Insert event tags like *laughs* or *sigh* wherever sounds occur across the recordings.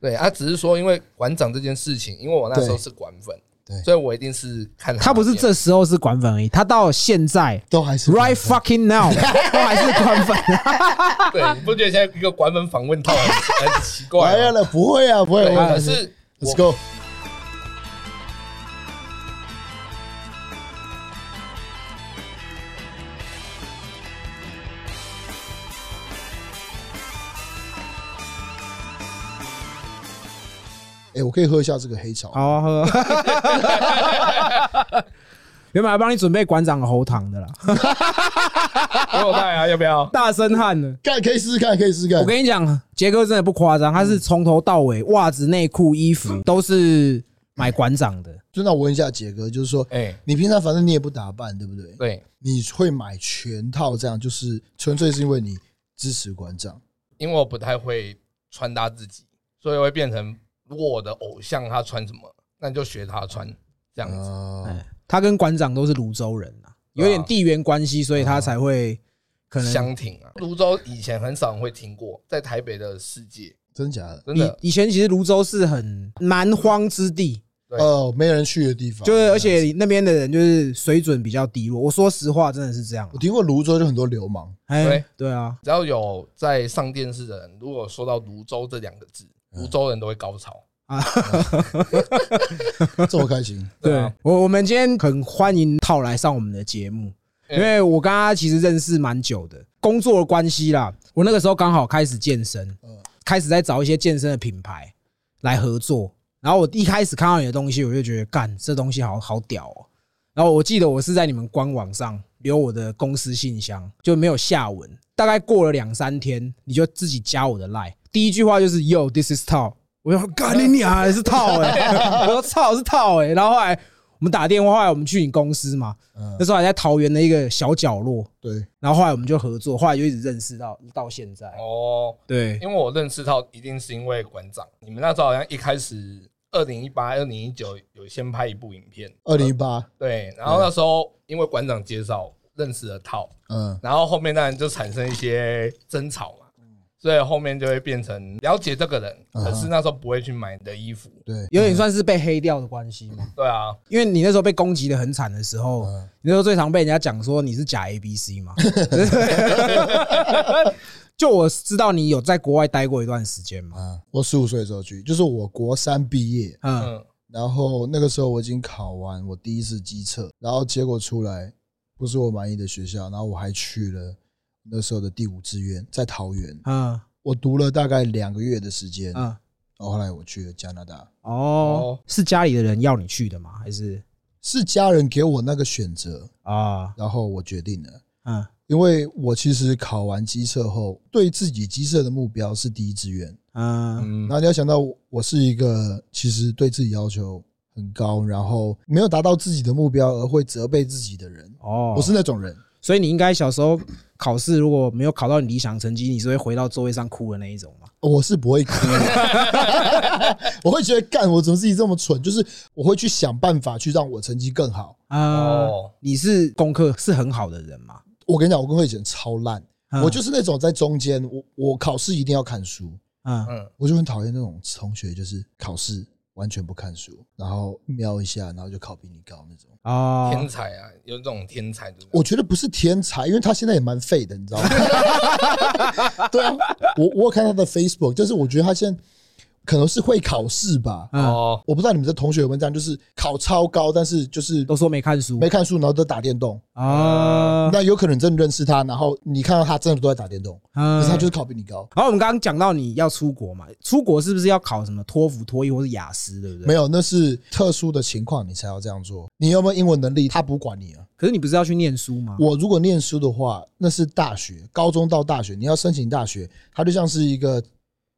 对啊，只是说因为馆长这件事情，因为我那时候是馆粉，对所以我一定是看他不是这时候是管粉而已，他到现在都还是啊 right fucking now 都还是管粉。的片，对，你不觉得现在一个馆粉访问到很很奇怪完吗？了，不会啊，不会，对，不会可是，Let's 我 go。哎，我可以喝一下这个黑潮，好啊喝。 *laughs* 原本还帮你准备馆长的喉糖的啦，给我带啊，要不要？大声喊的。干可以试试看，可以试试看我。跟你讲，杰哥真的不夸张，他是从头到尾袜子、内裤、衣服都是买馆长的。就那我问一下杰哥，就是说，哎，你平常反正你也不打扮，对不对？对，你会买全套这样，就是纯粹是因为你支持馆长。因为我不太会穿搭自己，所以会变成如果我的偶像他穿什么，那你就学他穿这样子。哦哎，他跟馆长都是泸州人啊，有点地缘关系，所以他才会可能相挺啊，泸州以前很少人会听过，在台北的世界真假的？真以的以前其实泸州是很蛮荒之地，对哦，没人去的地方，就是而这样子且那边的人就是水准比较低落。我说实话，真的是这样啊我。听过泸州就很多流 *laughs* 氓，哎对，对啊，只要有在上电视的人，如果说到泸州这两个字，嗯泸州人都会高潮。这么开心。对对啊我我们今天很欢迎套来上我们的节目，因嗯为我跟他其实认识蛮久的，工作的关系啦。我那个时候刚好开始健身嗯，开始在找一些健身的品牌来合作。然后我一开始看到你的东西，我就觉得干这东西好好屌哦。然后我记得我是在你们官网上留我的公司信箱，就没有下文。大概过了两三天，你就自己加我的 line，第一句话就是 “Yo, this is Tao”，我就干你娘的是 Tao 哎、欸，我说操是 Tao 哎、欸。然后后来我们打电话，后来我们去你公司嘛，嗯那，时候还在桃园的一个小角落，对，然后后来我们就合作，后来就一直认识到到现在。哦，对，因为我认识到一定是因为馆长，你们那时候好像一开始二零一八、二零一九有先拍一部影片，二零一八，对，然后那时候因为馆长介绍认识了套，嗯，然后后面当然就产生一些争吵嘛，所以后面就会变成了解这个人，嗯哼可是那时候不会去买你的衣服，对，有点算是被黑掉的关系嘛，对啊，因为你那时候被攻击的很惨的时候，嗯你那时候最常被人家讲说你是假 A B C 嘛。 *laughs* 就我知道你有在国外待过一段时间嘛，啊，我十五岁的时候去，就是我国三毕业，嗯，嗯，然后那个时候我已经考完我第一次机测，然后结果出来不是我满意的学校，然后我还去了那时候的第五志愿，在桃园，嗯我读了大概两个月的时间，然嗯，后后来我去了加拿大，哦哦，是家里的人要你去的吗？还是是家人给我那个选择，啊，然后我决定了。嗯因为我其实考完机测后，对自己机测的目标是第一志愿，嗯嗯然，后你要想到，我是一个其实对自己要求很高，然后没有达到自己的目标而会责备自己的人，哦，我是，那种人。所以你应该小时候考试如果没有考到你理想成绩，你是会回到座位上哭的那一种嘛？我是不会哭的， *laughs* 我会觉得干我怎么自己这么蠢？就是我会去想办法去让我成绩更好。啊，哦，你是功课是很好的人嘛？我跟你讲，我跟慧姐超烂，嗯我就是那种在中间，我我考试一定要看书，嗯嗯，我就很讨厌那种同学，就是考试完全不看书，然后瞄一下，然后就考比你高那种。哦，天才啊，有这种天才的人，我觉得不是天才，因为他现在也蛮废的，你知道吗？ *laughs* 对啊，我我有看他的 Facebook，就是我觉得他现在可能是会考试吧，嗯哦，我不知道你们的同学有没有这样，就是考超高，但是就是都说没看书没看书，然后都打电动。啊，那有可能你真的认识他，然后你看到他真的都在打电动，可嗯是他就是考比你高。然后我们刚刚讲到你要出国嘛，出国是不是要考什么托福、托译或是雅思，对不对？没有，有，那是特殊的情况，你才要这样做。你有没有英文能力，他不管你啊。可是你不是要去念书吗？我如果念书的话，那是大学，高中到大学，你要申请大学，它就像是一个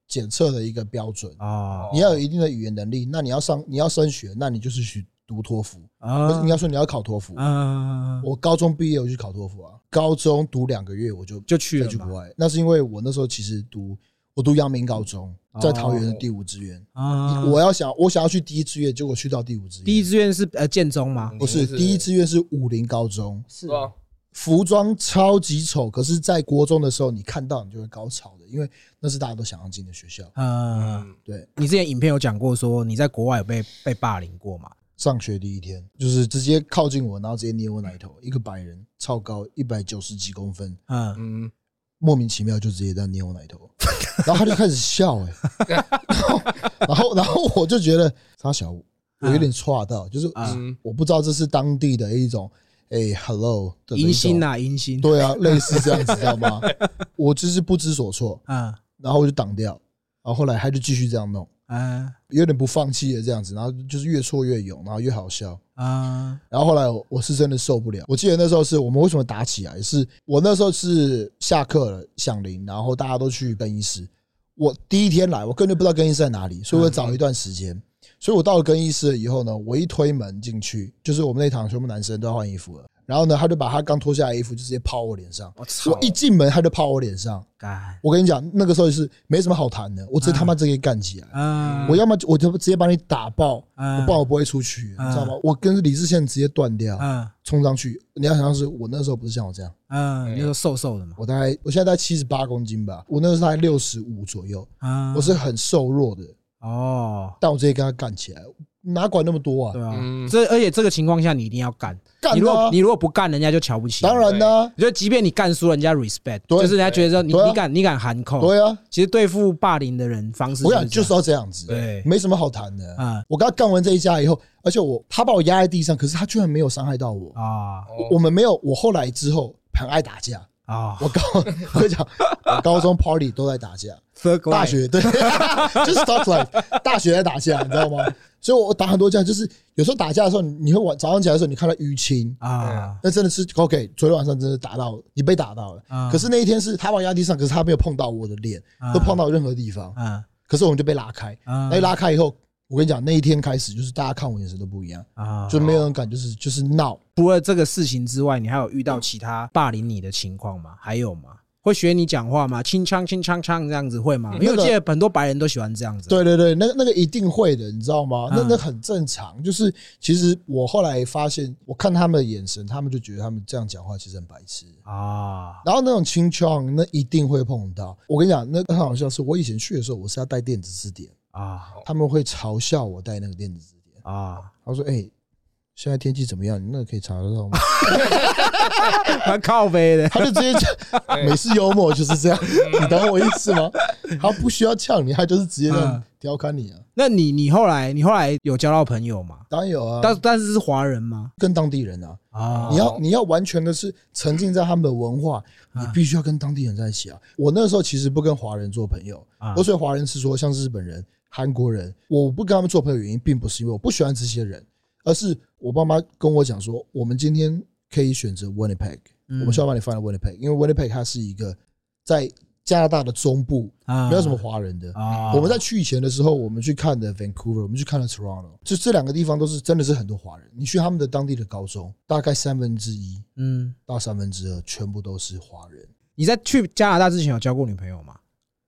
检测的一个标准。啊你要有一定的语言能力，那你要上你要升学，那你就是去读托福，或者啊你要说你要考托福。啊，我高中毕业我去考托福啊，高中读两个月我就就去飞了去嘛国外，那是因为我那时候其实读我读阳明高中，在桃园的哦第五志愿，啊，我要想我想要去第一志愿，结果去到第五志愿，第一志愿是呃建中吗？嗯啊不是是第一志愿是武林高中，是对啊服装超级丑，可是在国中的时候你看到你就会高潮的，因为那是大家都想要进的学校。呃，对，你之前影片有讲过说你在国外有被被霸凌过嘛？上学第一天就是直接靠近我，然后直接捏我奶头，一个白人，超高，一百九十几公分，嗯，嗯，莫名其妙就直接在捏我奶 *laughs* 头，然后他就开始笑哎、 *laughs* 然后然后我就觉得他小，我有点岔到，就是啊嗯我不知道这是当地的一种哎、hello 的那迎新种，呐，迎新，对啊，类似这样子，知道吗？我就是不知所措，嗯然后我就挡掉，然后后来他就继续这样弄，嗯有点不放弃的这样子，然后就是越挫越勇，然后越好笑。嗯然后后来我我是真的受不了，我记得那时候是我们为什么打起来，是我那时候是下课了响铃，然后大家都去更衣室。我第一天来，我根本就不知道更衣室在哪里，所以我找一段时间。所以我到了更衣室以后呢，我一推门进去，就是我们那堂全部男生都要换衣服了。然后呢，他就把他刚脱下来的衣服就直接抛我脸上。我操我，一进门他就抛我脸上，干，我跟你讲，那个时候是没什么好谈的，我直接他妈直接干起来。嗯，我要么就我就直接把你打爆，嗯我爆我不会出去，你知道吗？我跟李志宪直接断掉，嗯冲上去。你要想象是我那时候不是像我这样，嗯，你就说瘦瘦的嘛，我大概我现在大概七十八公斤吧，我那时候大概六十五左右，嗯，我是很瘦弱的，哦，但我直接跟他干起来，哪管那么多啊对？啊，嗯这而且这个情况下你一定要干，干你如啊果你！如果不干，人家就瞧不起你。当然啦，我觉得即便你干输，人家 respect，对就是人家觉得说你对啊你敢你敢喊扣。对啊，其实对哦付霸凌的人方式，我想就是要这样子，对没什么好谈的。啊我跟他干完这一架以后，而且我他把我压在地上，可是他居然没有伤害到我。啊哦我们没有，我后来之后很爱打架。啊！我高 *laughs* 我跟你讲，我高中 party 都在打架，大大学对， *laughs* 就是 stop life，大学在打架，你知道吗？所以我打很多架，就是有时候打架的时候，你你会晚早上起来的时候，你看到淤青，啊那真的是 OK。昨天晚上真的打到你被打到了，啊可是那一天是他往压地上，可是他没有碰到我的脸，啊都碰到任何地方，啊可是我们就被拉开。啊那一拉开以后，我跟你讲，那一天开始就是大家看我眼神都不一样，啊！就没有人敢，就是就是闹。除了这个事情之外，你还有遇到其他霸凌你的情况吗？还有吗？会学你讲话吗？清腔清腔腔这样子会吗？因为我记得很多白人都喜欢这样嗯子。对对对，那个那个一定会的，你知道吗？那嗯那很正常。就是其实我后来发现，我看他们的眼神，他们就觉得他们这样讲话其实很白痴。啊然后那种清腔，那一定会碰到。我跟你讲，那很好笑，是我以前去的时候，我是要带电子字典，啊他们会嘲笑我带那个电子字典。啊！他说：“哎、现在天气怎么样？你那个可以查得到吗 *laughs* 蛮靠背？”的 *laughs* 他就直接哎讲，美式幽默就是这样，你懂我意思吗？他不需要呛你，他就是直接这样嗯调侃你啊。那你你后来你后来有交到朋友吗？当然有啊，但但是是华人吗？跟当地人啊。啊你要哦你要完全的是沉浸在他们的文化，啊你必须要跟当地人在一起啊。我那时候其实不跟华人做朋友啊，我所以华人是说像日本人、韩国人，我不跟他们做朋友的原因，并不是因为我不喜欢这些人，而是我爸妈跟我讲说，我们今天可以选择 Winnipeg，我嗯们需要把你放在 Winnipeg，因为 Winnipeg 它是一个在加拿大的中部，啊没有什么华人的。啊，我们在去以前的时候，我们去看的 Vancouver，我们去看了 Toronto，就这两个地方都是真的是很多华人。你去他们的当地的高中，大概三分之一嗯，到三分之二全部都是华人。你在去加拿大之前有交过女朋友吗？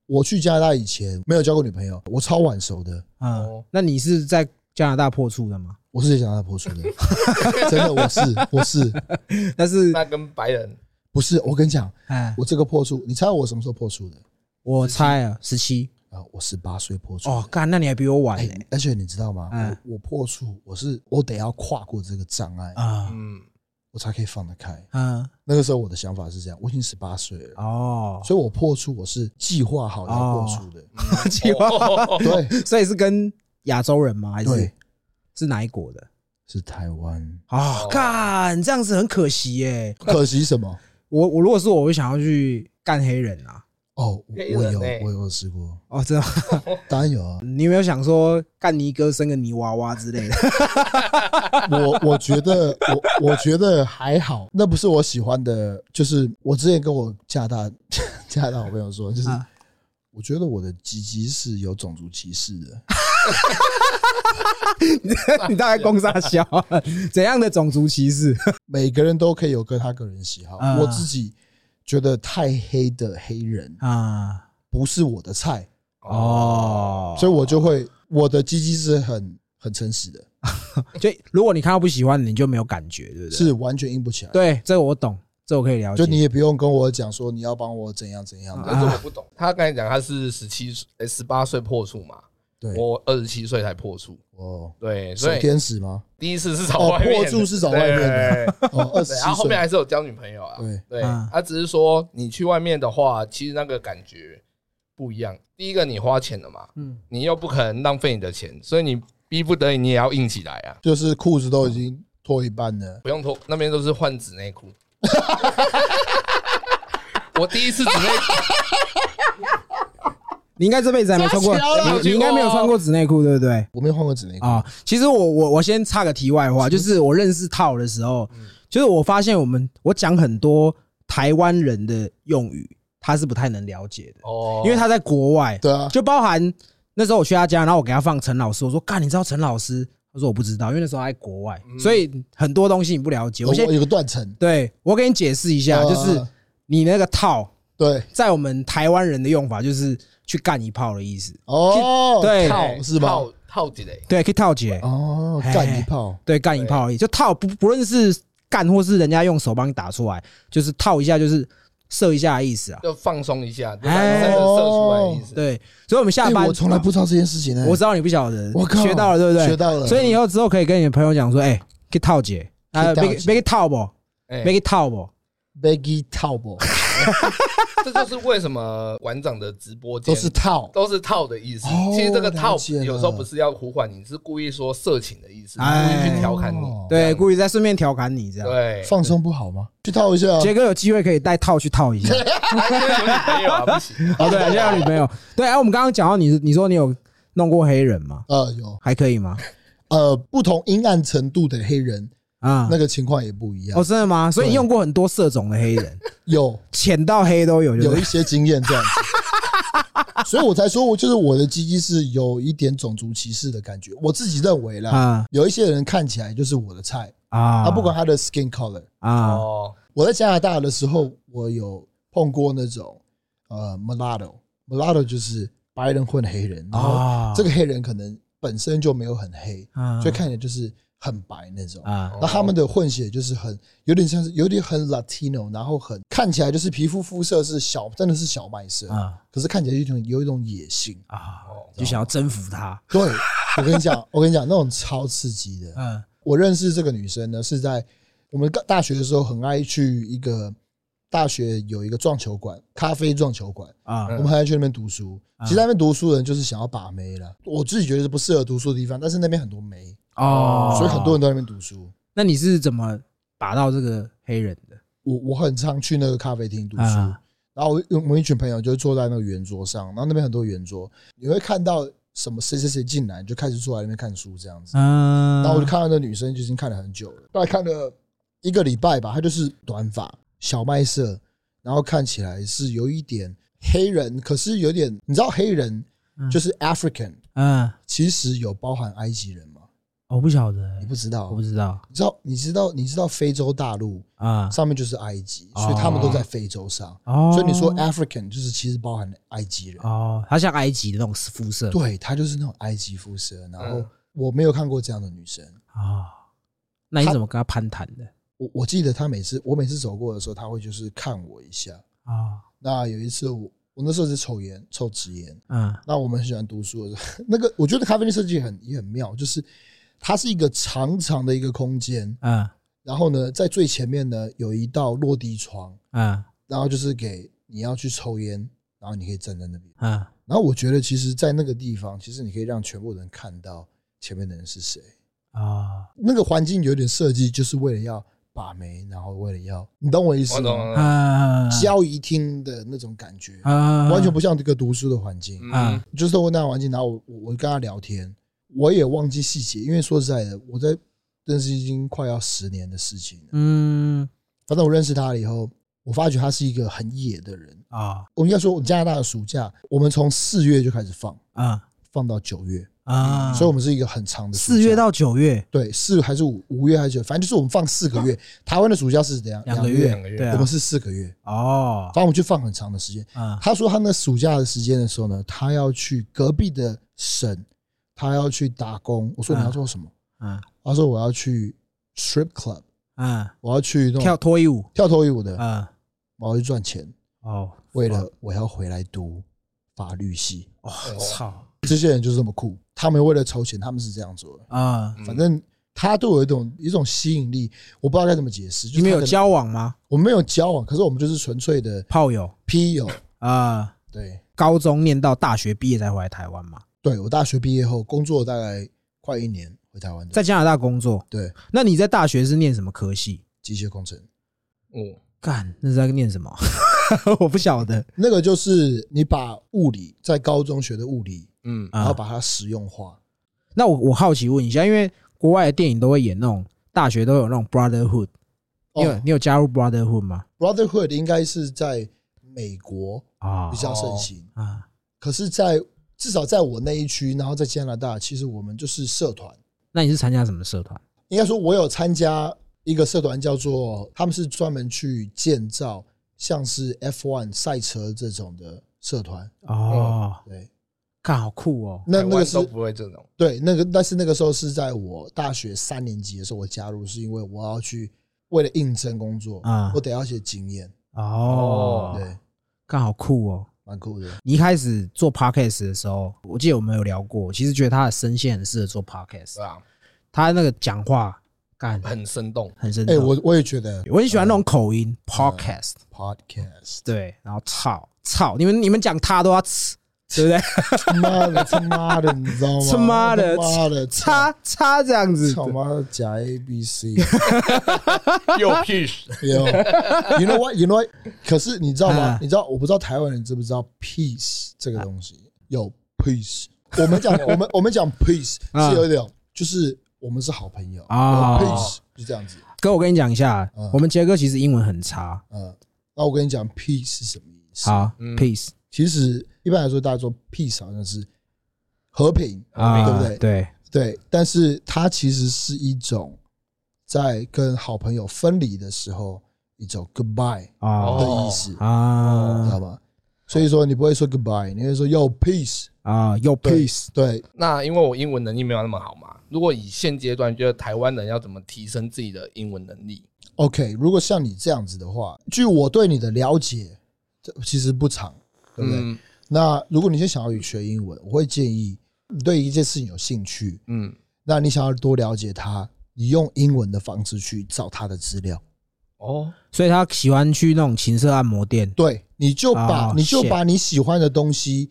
我去加拿大以前没有交过女朋友，我超晚熟的，嗯哦，那你是在加拿大破处的吗？我是在加拿大播出的， *laughs* 真的，我是我是但是那跟白人不是？我跟你讲，哎，我这个破处，你猜我什么时候破处的？我猜啊，十七啊，我十八岁破处的。哦，干，那你还比我晚哎、呢而且你知道吗？嗯我我破处，我是我得要跨过这个障碍，啊嗯我才可以放得开。嗯那个时候我的想法是这样，我已经十八岁了，哦，所以我破处我是计划好要破处的，嗯 *laughs* 计划哦对所以是跟亚洲人吗？还是对，是哪一国的？ *laughs* 是台湾。啊，哦干，这样子很可惜耶。 *laughs* 可惜什么？我我如果是我，我会想要去干黑人啊。哦，我黑我人有欸我有试过，哦，真的吗，。当然有啊你有没有想说干尼哥生个泥娃娃 *laughs* 之类的？我我觉得我我觉得还好，那不是我喜欢的。就是我之前跟我加拿大 *laughs* 加拿大好朋友说，就是啊我觉得我的鸡鸡是有种族歧视的。你大概公傻笑， *laughs* 怎样的种族歧视？每个人都可以有个他个人喜好，啊我自己觉得太黑的黑人啊，不是我的菜，哦，所以我就会我的鸡鸡是很很诚实的，就如果你看到不喜欢的，你就没有感觉，对不对？，是完全硬不起来。对，这个我懂，这我可以了解。就啊你也不用跟我讲说你要帮我怎样怎样的，但是我不懂，他刚才讲他是十七岁、哎十八岁破处嘛，对，我二十七岁才破处，哦，对，所守以天使 *laughs* 吗？第一次是找外面的，哦破处是找外面 *laughs* 的对，哦，二十对，然啊后七后面岁，还是有交女朋友啊，对，对，嗯他只是说你去外面的话，其实那个感觉不一样。第一个你花钱了嘛，嗯，你又不可能浪费你的钱，所以你逼不得已你也要硬起来啊。就是裤子都已经脱一半了，不用脱，那边都是换纸内裤。 *laughs* 我第一次纸内裤，你应该这辈子还没穿过撒娇啦，你你应该没有穿过纸内裤，对不对？我没有换过纸内裤，啊，其实我我我先插个题外话，就是我认识套的时候，就是我发现我们我讲很多台湾人的用语，他是不太能了解的，哦因为他在国外，对啊，就包含那时候我去他家，然后我给他放陈老师，我说干，你知道陈老师？他说我不知道，因为那时候他在国外，所以很多东西你不了解。我我先有个断层，对我给你解释一下，啊就是呃你那个套，对，在我们台湾人的用法就是去干一炮的意思，哦，对套是吧？套哎套几嘞？对，可以套姐。哦，干一炮，对，干一炮而已，就套不不论是干或是人家用手帮你打出来，就是套一下，就是射一下的意思啊。就放松一下，就男哎生的射出来的意思。对，所以我们下哎班，我从来不知道这件事情呢，我知道你不晓得，我靠学到了对不对？学到了所以你以后之后可以跟你的朋友讲说，哎，可以套姐，啊，去套别姐别给套不，哎别给套不， baggy 套不这就是为什么馆长的直播间都是套，都是套的意思哦。其实这个套了解了有时候不是要呼唤你，是故意说色情的意思，故哎意去调侃你。哦对，故意在顺便调侃你这样。对， *laughs* 放松不好吗？去套一下啊，杰哥有机会可以带套去套一 *laughs* 下哦有女朋友啊，不行。啊！对，现在有女朋友。对，哎，我们刚刚讲到你，你说你有弄过黑人吗？呃，有还可以吗？呃，不同阴暗程度的黑人，啊那，个情况也不一样哦，，真的吗？所以你用过很多色种的黑 *laughs* 人，有浅到黑都有，就是有一些经验这样子， *laughs* 所以我才说，我就是我的鸡鸡是有一点种族歧视的感觉，我自己认为啦，啊有一些人看起来就是我的菜，啊他不管他的 skin color。啊哦，我在加拿大的时候，我有碰过那种呃 mulatto，mulatto 就是白人混黑人，然后啊这个黑人可能本身就没有很黑，啊所以看起来就是很白那种。啊那他们的混血就是很有点像是有点很 Latino，然后很看起来就是皮肤肤色是小，真的是小麦色，啊可是看起来有一种有一种野性。啊，就想要征服他，对，我跟你 *laughs* 讲，我跟你讲，那种超刺激的。嗯我认识这个女生呢，是在我们大大学的时候，很爱去一个大学有一个撞球馆，咖啡撞球馆，啊我们还要去那边读书。其实那边读书的人就是想要把妹了，我自己觉得是不适合读书的地方，但是那边很多妹，哦，所以很多人都在那边读书。那你是怎么把到这个黑人的我我很常去那个咖啡厅读书，啊然后我我们一群朋友就坐在那个圆桌上，然后那边很多圆桌，你会看到什么谁谁谁进来，你就开始坐在那边看书这样子。嗯然后我就看到那女生就已经看了很久了，大概看了一个礼拜吧，她就是短发、小麦色，然后看起来是有一点黑人，可是有点你知道黑人就是 African，嗯，哦其实有包含埃及人吗？我不晓得欸你，不知我道不，知道你知道你知道你知道非洲大陆啊上面就是埃及，哦所以他们都在非洲上。哦，所以你说 African 就是其实包含埃及人，哦，他像埃及的那种肤色，对，她就是那种埃及肤色。然后嗯我没有看过这样的女生，啊，那你怎么跟他攀谈的我我记得她每次我每次走过的时候，她会就是看我一下。啊？那有一次我我那时候是抽烟，抽纸烟。嗯那我们很喜欢读书的时候，那 *laughs* 个我觉得咖啡厅设计很也很妙，就是它是一个长长的一个空间，嗯然后呢，在最前面呢有一道落地窗，嗯然后就是给你要去抽烟，然后你可以站在那边。嗯，然后我觉得，其实，在那个地方，其实你可以让全部人看到前面的人是谁。啊那个环境有点设计，就是为了要把妹，然后为了要，你懂我意思我懂吗？了。啊交谊厅的那种感觉，啊，完全不像这个读书的环境。嗯啊，就是我那个环境，然后我我我跟他聊天，我也忘记细节，因为说实在的，我在认识已经快要十年的事情了。嗯反正我认识他了以后，我发觉他是一个很野的人。啊我应该说，我加拿大的暑假，我们从四月就开始放，啊放到九月。啊，所以我们是一个很长的暑假四月到九月对四还是五五月还是九，反正就是我们放四个月。台湾的暑假是怎样？啊两个两个月，月对我啊们，是四个月，哦反，正我们就放很长的时间。嗯他说他那暑假的时间的时候呢，他要去隔壁的省，他要去打工。我说嗯你要做什么？嗯他说我要去 strip club，嗯嗯，我要去那种跳脱衣舞，跳脱衣舞的，嗯，我要去赚钱，哦，为了我要回来读法律系。哇，哦嗯操，这些人就是这么酷，他们为了筹钱，他们是这样做的。啊，嗯反正他对我有一种一种吸引力，我不知道该怎么解释。就是你们有他的，交往吗？我们没有交往，可是我们就是纯粹 *laughs* 的炮友批友。啊，对，高中念到大学毕业才回来台湾嘛，对我大学毕业后工作大概快一年，回台湾的，在加拿大工作。对那你在大学是念什么科系？机械工程。嗯，干，那是在念什么？ *laughs* 我不晓得。那个就是你把物理在高中学的物理，嗯啊然后把它实用化。那我我好奇问一下，因为国外的电影都会演那种大学都有那种 brotherhood，你有、哦你有加入 brotherhood 吗？ ，Brotherhood 应该是在美国啊比较盛行，啊可是在，至少在我那一区，然后在加拿大，其实我们就是社团。那你是参加什么社团？应该说，我有参加一个社团，叫做他们是专门去建造像是 F1 赛车这种的社团。哦，对，看好酷哦！台那那个湾是都不会这种，对，那个但是那个时候是在我大学三年级的时候，我加入是因为我要去为了应征工作啊我得要一些经验，哦，对，看好酷哦！蛮酷的。你一开始做 podcast 的时候，我记得我们有聊过，我其实觉得他的声线很适合做 podcast，对啊，他那个讲话干很生动，很生哎、动。我嗯我也觉得我很喜欢那种口音 podcast， podcast，对，然后操操，你们你们讲他都要 *laughs* 呲，对不对？他妈的他妈的，你知道吗？ *laughs* 他妈的他妈的，叉叉这样子，操妈的假 A B C，又 peace，有 *laughs* you know what you know what？可是你知道吗啊？你知道我不知道台湾人知不知道 peace 这个东西？有 peace，我们讲我们我们讲 peace *laughs* 啊是有一点，就是我们是好朋友啊有，peace 就这样子。哥，我跟你讲一下嗯，我们杰哥其实英文很差。嗯，那我跟你讲，peace 是什么意思？好嗯，peace 其实一般来说，大家说 peace 好像是和平，啊，对不对对，对，但是它其实是一种在跟好朋友分离的时候一种 goodbye 啊哦的意思，知道啊吗？所以说你不会说 goodbye，你会说 yo peace，啊，有对 peace 对，那因为我英文能力没有那么好嘛，如果以现阶段，觉得台湾人要怎么提升自己的英文能力？ OK，如果像你这样子的话，据我对你的了解，这其实不长，对不对？嗯那如果你是想要学英文，我会建议你对一件事情有兴趣，嗯，那你想要多了解他，你用英文的方式去找他的资料，哦，所以他喜欢去那种情色按摩店对，你就把、啊你就 shit 把你喜欢的东西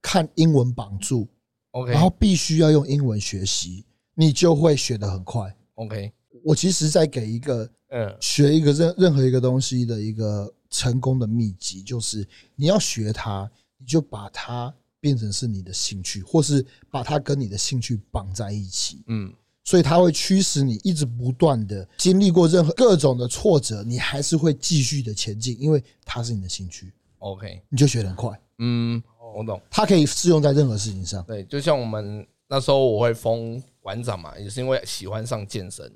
看英文绑住， OK 然后必须要用英文学习，你就会学得很快。 OK，我其实在给一个嗯学一个任任何一个东西的一个成功的秘籍，就是你要学它，你就把它变成是你的兴趣，或是把它跟你的兴趣绑在一起，嗯所以它会驱使你一直不断的经历过任何各种的挫折，你还是会继续的前进，因为它是你的兴趣， OK，你就学得很快。嗯，我懂。它可以适用在任何事情上。对，就像我们那时候我会封馆长嘛，也是因为喜欢上健身，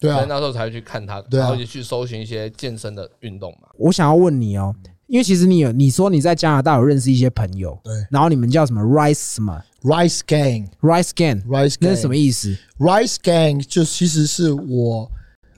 对所以啊，那时候才会去看他，对啊然后就去搜寻一些健身的运动嘛。我想要问你哦，因为其实你有你说你在加拿大有认识一些朋友，嗯对然后你们叫什么 Rice 什么 Rice Gang，Rice Rice Gang，那是什么 Gang，Rice 意思？ Gang 就其实是我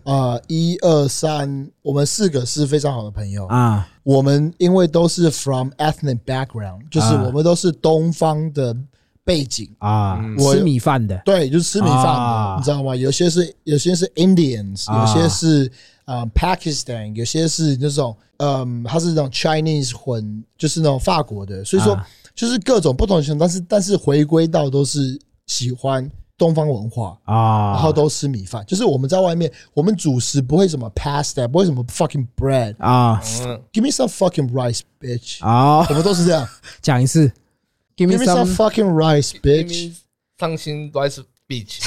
啊，一二三，我们四个是非常好的朋友。啊我们因为都是 from ethnic background，就是啊我们都是东方的背景，啊，我吃米饭的对，就是吃米饭啊的，你知道吗？有些是有些是 Indians，啊有些是啊 Pakistan，有些是那种嗯，它是那种 Chinese 混，就是那种法国的，所以说啊就是各种不同的选择，但是但是回归到都是喜欢东方文化。啊，然后都吃米饭，就是我们在外面，我们主食不会什么 pasta，不会什么 fucking bread，give 啊嗯， me some fucking rice，bitch。啊我，们都是这样讲一次，Give me ，give me some some fucking rice, bitch. 上新 Rice Beach，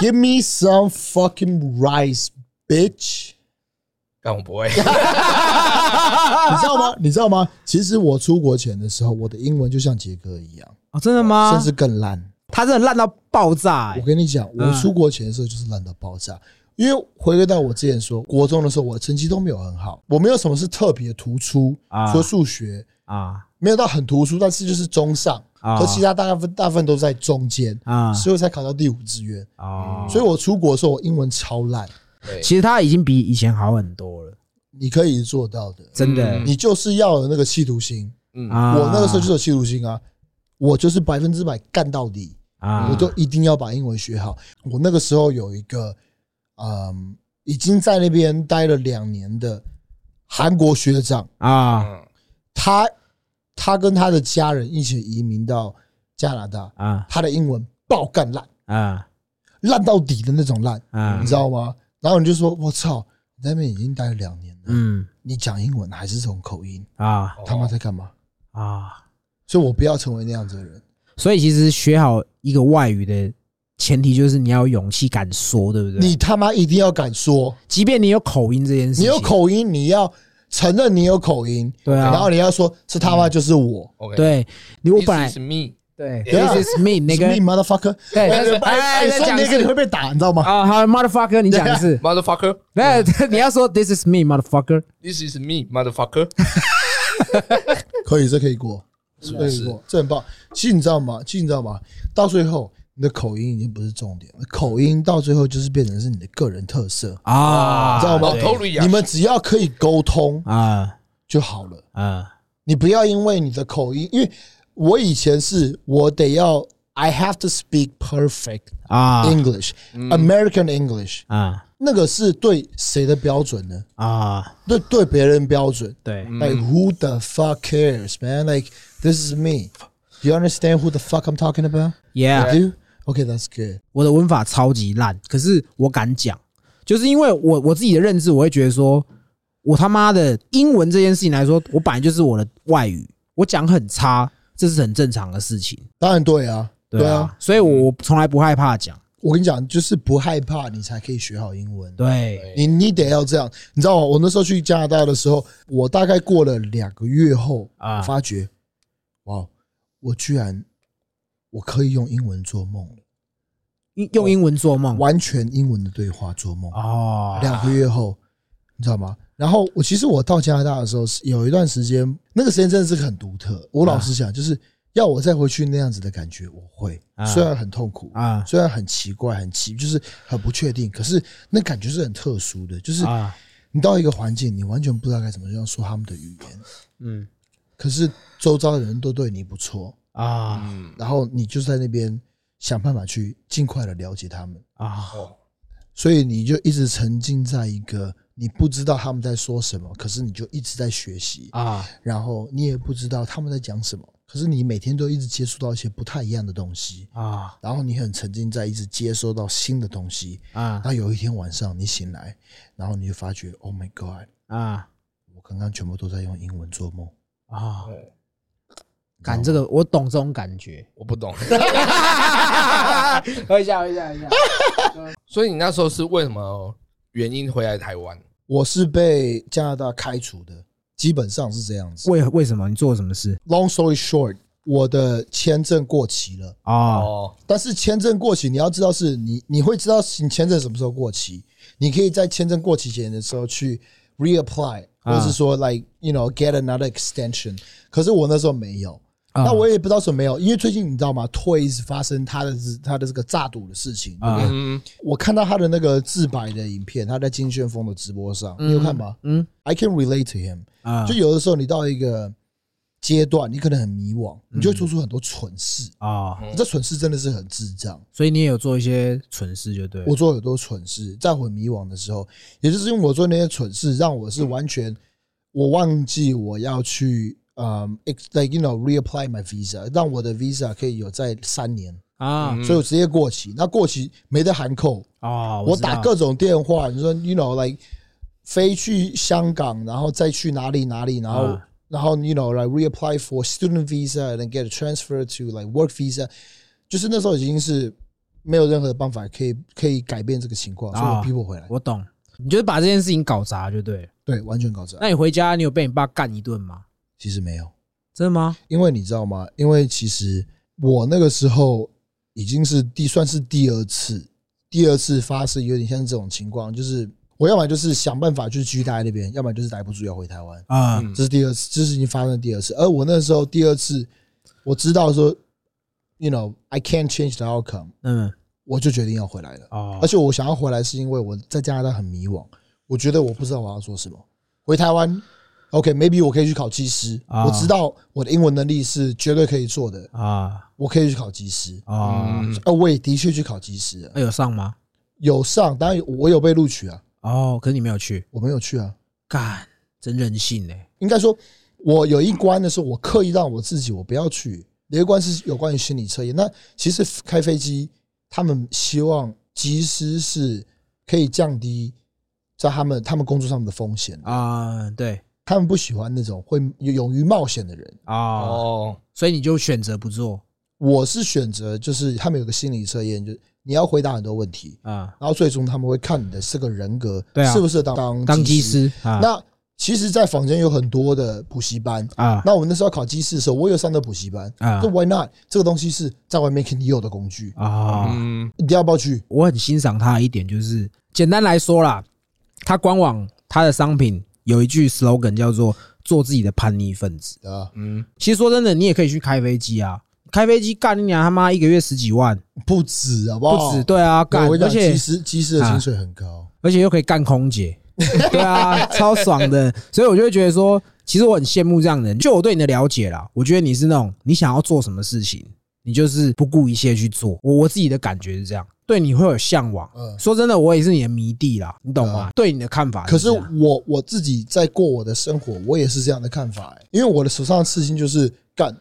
Give me some fucking rice, bitch. 但我不会。你知道吗？你知道吗？其实我出国前的时候，我的英文就像杰哥一样，哦，真的吗甚？至更烂。他真的烂到爆炸我欸跟你讲，我嗯出国前的时候就是烂到爆炸。因为回归到我之前说，国中的时候我的成绩都没有很好，我没有什么是特别突出啊，除了数学啊没有到很突出，但是就是中上。啊和其他大部分大部分都在中间，啊所以我才考到第五志愿。哦，所以我出国的时候，我英文超烂，对，其实他已经比以前好很多了，你可以做到的，真的嗯你就是要有那个企图心。嗯啊！我那个时候就是有企图心啊，我就是百分之百干到底，啊，我就一定要把英文学好。我那个时候有一个，嗯，已经在那边待了两年的韩国学长，啊嗯他他跟他的家人一起移民到加拿大，啊他的英文爆干烂，啊烂到底的那种烂，啊你知道吗？然后你就说，我操，你在那边已经待了两年了，嗯你讲英文还是这种口音，啊哦他妈在干嘛？啊！所以我不要成为那样子的人。所以其实学好一个外语的前提就是你要有勇气敢说，对不对？你他妈一定要敢说，即便你有口音这件事情，你有口音，你要承认你有口音，对然啊，后你要说这他妈就是我， ，OK，，对，你我本来是 me，对 Yeah ，This is me 那个 m motherfucker，对，哎哎哎，哎，再说讲一那个你 *laughs* 次会被打，你知道吗？啊，好，motherfucker，你讲一次， motherfucker。啊 *laughs* 那你要说 This is me，motherfucker， This is me, motherfucker，可以，这可以过，是这啊不可以是？过，这很棒。其实你知道吗？其实你知道吗？到最后，你的口音已经不是重点，了，口音到最后就是变成是你的个人特色。啊，知道吗哦对，totally 啊你们只要可以沟通啊就好了，啊你不要因为你的口音，因为我以前是我得要 I have to speak perfect 啊 English、American English，啊那个是对谁的标准呢？啊，对对别人标准。对 Like who the fuck cares, man? Like this is me. Do you understand who the fuck I'm talking about? ，Yeah， I do. Okay, that's good. 我的文法超级烂，可是我敢讲，就是因为我我自己的认知，我会觉得说，我他妈的英文这件事情来说，我本来就是我的外语，我讲很差，这是很正常的事情，当然对啊，对啊。，所以我我从来不害怕讲，我跟你讲，就是不害怕，你才可以学好英文。对，你你得要这样，你知道吗？我那时候去加拿大的时候，我大概过了两个月后，啊我发觉，哇，我居然我可以用英文做梦了，用用英文做梦，完全英文的对话做梦。哦，两个月后，你知道吗？然后我其实我到加拿大的时候，是有一段时间，那个时间真的是很独特。我老实讲，就是要我再回去那样子的感觉，我会啊虽然很痛苦，啊虽然很奇怪，很奇就是很不确定，可是那感觉是很特殊的。就是啊，你到一个环境，你完全不知道该怎么样说他们的语言，嗯可是周遭的人都对你不错，啊嗯，然后你就在那边想办法去尽快的了解他们。啊哦，所以你就一直沉浸在一个你不知道他们在说什么，可是你就一直在学习，啊然后你也不知道他们在讲什么，可是你每天都一直接触到一些不太一样的东西，啊然后你很沉浸在一直接收到新的东西。啊那有一天晚上你醒来，然后你就发觉，Oh my God，啊我刚刚全部都在用英文做梦。啊，感这个我懂这种感觉，我不懂。 *laughs* 喝一下喝一下喝一下，所以你那时候是为什么原因回来台湾？我是被加拿大开除的，基本上是这样子。为为什么你做了什么事 Long story short，我的签证过期了。啊？哦，但是签证过期，你要知道是你，你会知道你签证什么时候过期。你可以在签证过期前的时候去 reapply，啊或是说 like you know get another extension。可是我那时候没有，啊那我也不知道为什么没有，因为最近你知道吗？Toys 发生他的他的这个诈赌的事情。啊嗯，我看到他的那个自白的影片，他在金旋风的直播上，你有看吗？嗯，I can relate to him。啊就有的时候你到一个阶段，你可能很迷惘，你就会做出很多蠢事。啊，这蠢事真的是很智障。所以你也有做一些蠢事，就对了。我做了很多蠢事，在我迷惘的时候，也就是因为我做那些蠢事，让我是完全我忘记我要去呃、ex l i k e you know reapply my visa，让我的 visa 可以有在三年，啊所以我直接过期。那过期没得函扣，啊，我知打道各种电话，你说 you know like 飞去香港，然后再去哪里哪里，然后、啊然后 you know like reapply for student visa and then get a transfer to like work visa，就是那时候已经是没有任何的办法可以可以改变这个情况，所以啊我逼我回来，我懂，你就是把这件事情搞砸就对了。对，完全搞砸。那你回家，你有被你爸干一顿吗？其实没有，真的吗？因为你知道吗？因为其实我那个时候已经是第算是第二次，第二次发生有点像这种情况，就是我要么就是想办法去继续待在那边，要么就是待不住要回台湾。啊嗯这是第二次，这是已经发生的第二次。而我那时候第二次，我知道说 you know I can't change the outcome，嗯，我就决定要回来了。哦而，且我想要回来是因为我在加拿大很迷惘，我觉得我不知道我要做什么。回台湾，OK，maybe、我可以去考技师，啊我知道我的英文能力是绝对可以做的，啊我可以去考技师。啊，嗯，呃，我也的确去考技师了，那有上吗？有上，当然我有被录取啊，哦，可是你没有去，我没有去啊。干，真任性哎，应该说，我有一关的时候，我刻意让我自己我不要去。有一关是有关于心理测验。那其实开飞机，他们希望技师是可以降低在他们他们工作上面的风险啊。啊，对他们不喜欢那种会勇于冒险的人。啊，哦，所以你就选择不做我是选择就是他们有个心理测验，就是你要回答很多问题，啊，然后最终他们会看你的这个人格对啊适不适合当当技机。师啊，那其实，在坊间有很多的补习班。啊那我那时候考技师的时候，我有上的补习班。啊那 Why not？这个东西是在外面肯定有的工具，啊，嗯，你要不要去？我很欣赏他的一点就是，简单来说啦，他官网他的商品有一句 slogan 叫做“做自己的叛逆分子”。啊，嗯，其实说真的，你也可以去开飞机啊，开飞机干你娘他妈一个月十几万，不止好不好？不止，对啊，干，哦我跟你而讲，且啊技师技师的薪水很高。而且又可以干 *laughs* 空姐，对啊，超爽的。所以我就会觉得说，其实我很羡慕这样的人。就我对你的了解啦，我觉得你是那种你想要做什么事情，你就是不顾一切去做。我我自己的感觉是这样，对你会有向往。嗯说真的，我也是你的迷弟啦，你懂吗？对你的看法可是这样，我我自己在过我的生活，我也是这样的看法、欸，因为我的手上的事情就是干，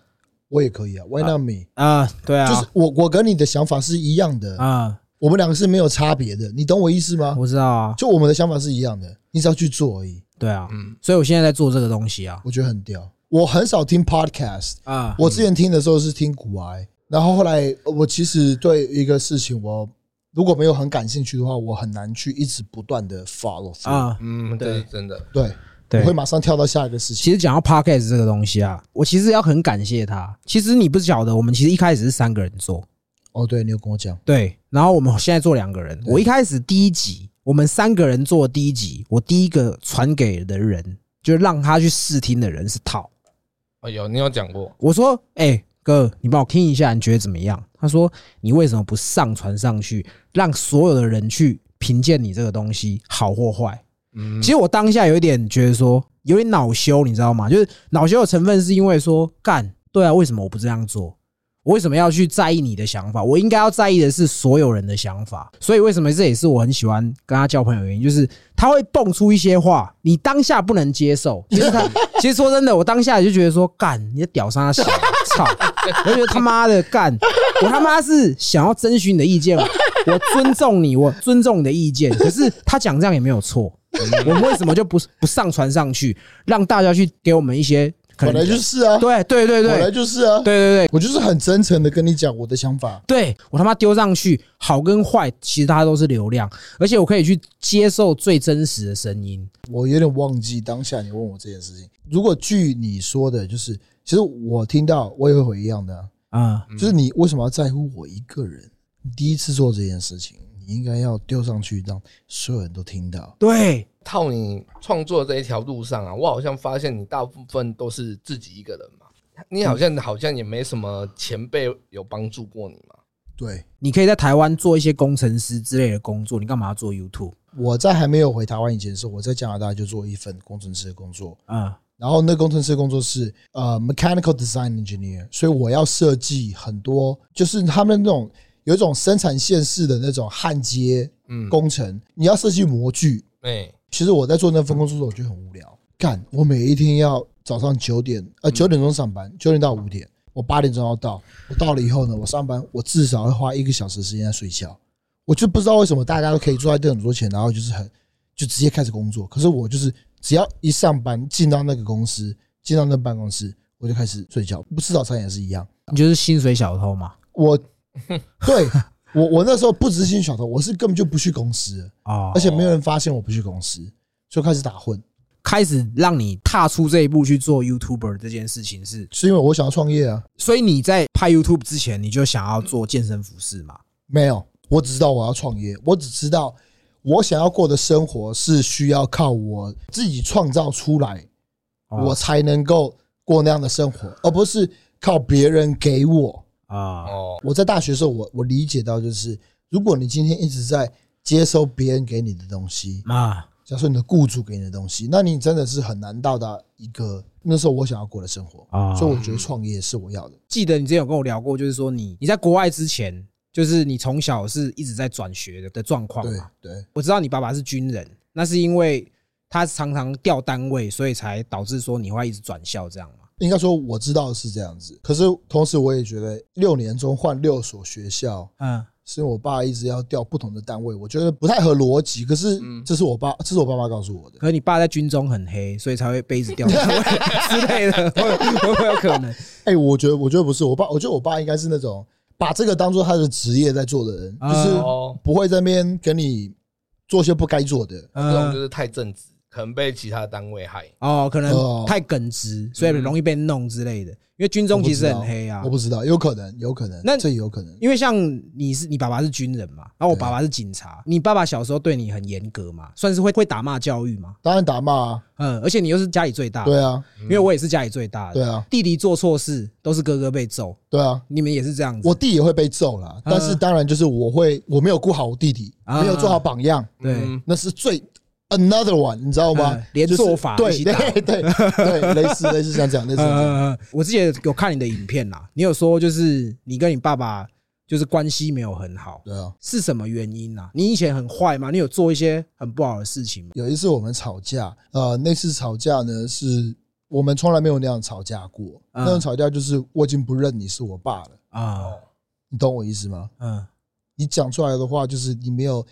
我也可以啊，Why not me？、啊，对啊，就是我我跟你的想法是一样的，啊，我们两个是没有差别的，你懂我意思吗？我知道啊，就我们的想法是一样的，你只要去做而已，对啊嗯，所以我现在在做这个东西啊，我觉得很屌。我很少听 podcast，啊，我之前听的时候是听古癌，然后后来呃我其实对一个事情我如果没有很感兴趣的话，我很难去一直不断的 follow through，、啊，嗯，这是真的，对，对我会马上跳到下一个事情。其实讲到 podcast 这个东西啊，我其实要很感谢他。其实你不晓得，我们其实一开始是三个人做，哦，对你有跟我讲，对，然后我们现在做两个人。我一开始第一集，我们三个人做第一集，我第一个传给的人，就是让他去试听的人是套。哎呦，你有讲过，我说：“哎、哥，你帮我听一下，你觉得怎么样？”他说：“你为什么不上传上去，让所有的人去评鉴你这个东西好或坏？”嗯其，实我当下有一点觉得说，有点恼羞，你知道吗？就是恼羞的成分是因为说，干，对啊，为什么我不这样做？我为什么要去在意你的想法？我应该要在意的是所有人的想法。所以为什么这也是我很喜欢跟他交朋友的原因，就是他会蹦出一些话，你当下不能 *laughs* 接受。其实他，其实说真的，我当下就觉得说，干，你的屌杀小，操！我就觉得他妈的干，我他妈是想要征询你的意见，我尊重你，我尊重你的意见。可是他讲这样也没有错，我们为什么就不不上传上去，让大家去给我们一些可本能来就是啊，对对对本来对就是啊，对对对我就是很真诚的跟你讲我的想法。对，我他妈丢上去，好跟坏其实它都是流量，而且我可以去接受最真实的声音。我有点忘记当下你问我这件事情。如果据你说的，就是其实我听到我也会回一样的啊、啊就是你为什么要在乎我一个人？你第一次做这件事情，你应该要丢上去，让所有人都听到。对套你创作这一条路上啊，我好像发现你大部分都是自己一个人嘛，你好像好像也没什么前辈有帮助过你嘛，对，你可以在台湾做一些工程师之类的工作，你干嘛要做 YouTube？我在还没有回台湾以前的时候，我在加拿大就做一份工程师的工作，啊然后那工程师的工作是呃 mechanical design engineer，所以我要设计很多，就是他们那种有一种生产线式的那种焊接嗯，工程，你要设计模具。嗯哎，其实我在做那份工作的时候，我觉得很无聊。干，我每一天要早上九点，呃，九点钟上班，九点到五点，我八点钟要到。我到了以后呢，我上班，我至少要花一个小时的时间在睡觉。我就不知道为什么大家都可以赚这很多钱，然后就是很就直接开始工作。可是我就是只要一上班进到那个公司，进到那办公室，我就开始睡觉，不吃早餐也是一样。你就是薪水小偷嘛？我对我我那时候不执行小偷，我是根本就不去公司的，哦而，且没有人发现我不去公司，就开始打混。开始让你踏出这一步去做 YouTuber 这件事情是，是因为我想要创业啊？所以你在拍 YouTube 之前，你就想要做健身服饰嘛？没有，我只知道我要创业，我只知道我想要过的生活是需要靠我自己创造出来，我才能够过那样的生活，而不是靠别人给我。啊，哦，我在大学的时候，我我理解到就是，如果你今天一直在接收别人给你的东西，啊，假设你的雇主给你的东西，那你真的是很难到达一个那时候我想要过的生活啊所以我觉得创业是我要的。记得你之前有跟我聊过，就是说你你在国外之前，就是你从小是一直在转学的的状况对嘛。对，我知道你爸爸是军人，那是因为他常常调单位，所以才导致说你会一直转校这样嘛。应该说我知道是这样子，可是同时我也觉得六年中换六所学校，嗯，是因为我爸一直要调不同的单位，我觉得不太合逻辑。可是嗯这是我爸，这是我爸妈告诉我的。可是你爸在军中很黑，所以才会被一直调 *laughs* 单位之类的， *laughs* 会会会有 *laughs* 可能哎、我觉得我觉得不是我爸，我觉得我爸应该是那种把这个当做他的职业在做的人，啊就是哦，不会在那边跟你做些不该做的。这种就嗯是太正直，可能被其他单位害。哦，可能哦太耿直，所以容易被弄之类的。因为军中我不其知实道很黑啊我，不知道，有可能，有可能，那这也有可能。因为像你是你爸爸是军人嘛，然后我爸爸是警察，你爸爸小时候对你很严格嘛，算是会会打骂教育嘛，当然打骂、啊，嗯，而且你又是家里最大，对，啊，因为我也是家里最大的，对啊，弟弟做错事都是哥哥被揍，对啊。你们也是这样子，嗯我弟也会被揍啦，但是当然就是我会，我没有顾好我弟弟，啊没有做好榜样，对嗯那是最 another one，你知道吗嗯？连就是做法一对起打对对 *laughs* 对，类似类似像这样，类似像这样。呃，我之前有看你的影片啦，你有说就是你跟你爸爸就是关系没有很好，对啊，是什么原因啊？你以前很坏吗？你有做一些很不好的事情吗？有一次我们吵架，呃，那次吵架呢是我们从来没有那样吵架过，嗯那种吵架就是我已经不认你是我爸了，啊，哦，你懂我意思吗？嗯，你讲出来的话就是你没有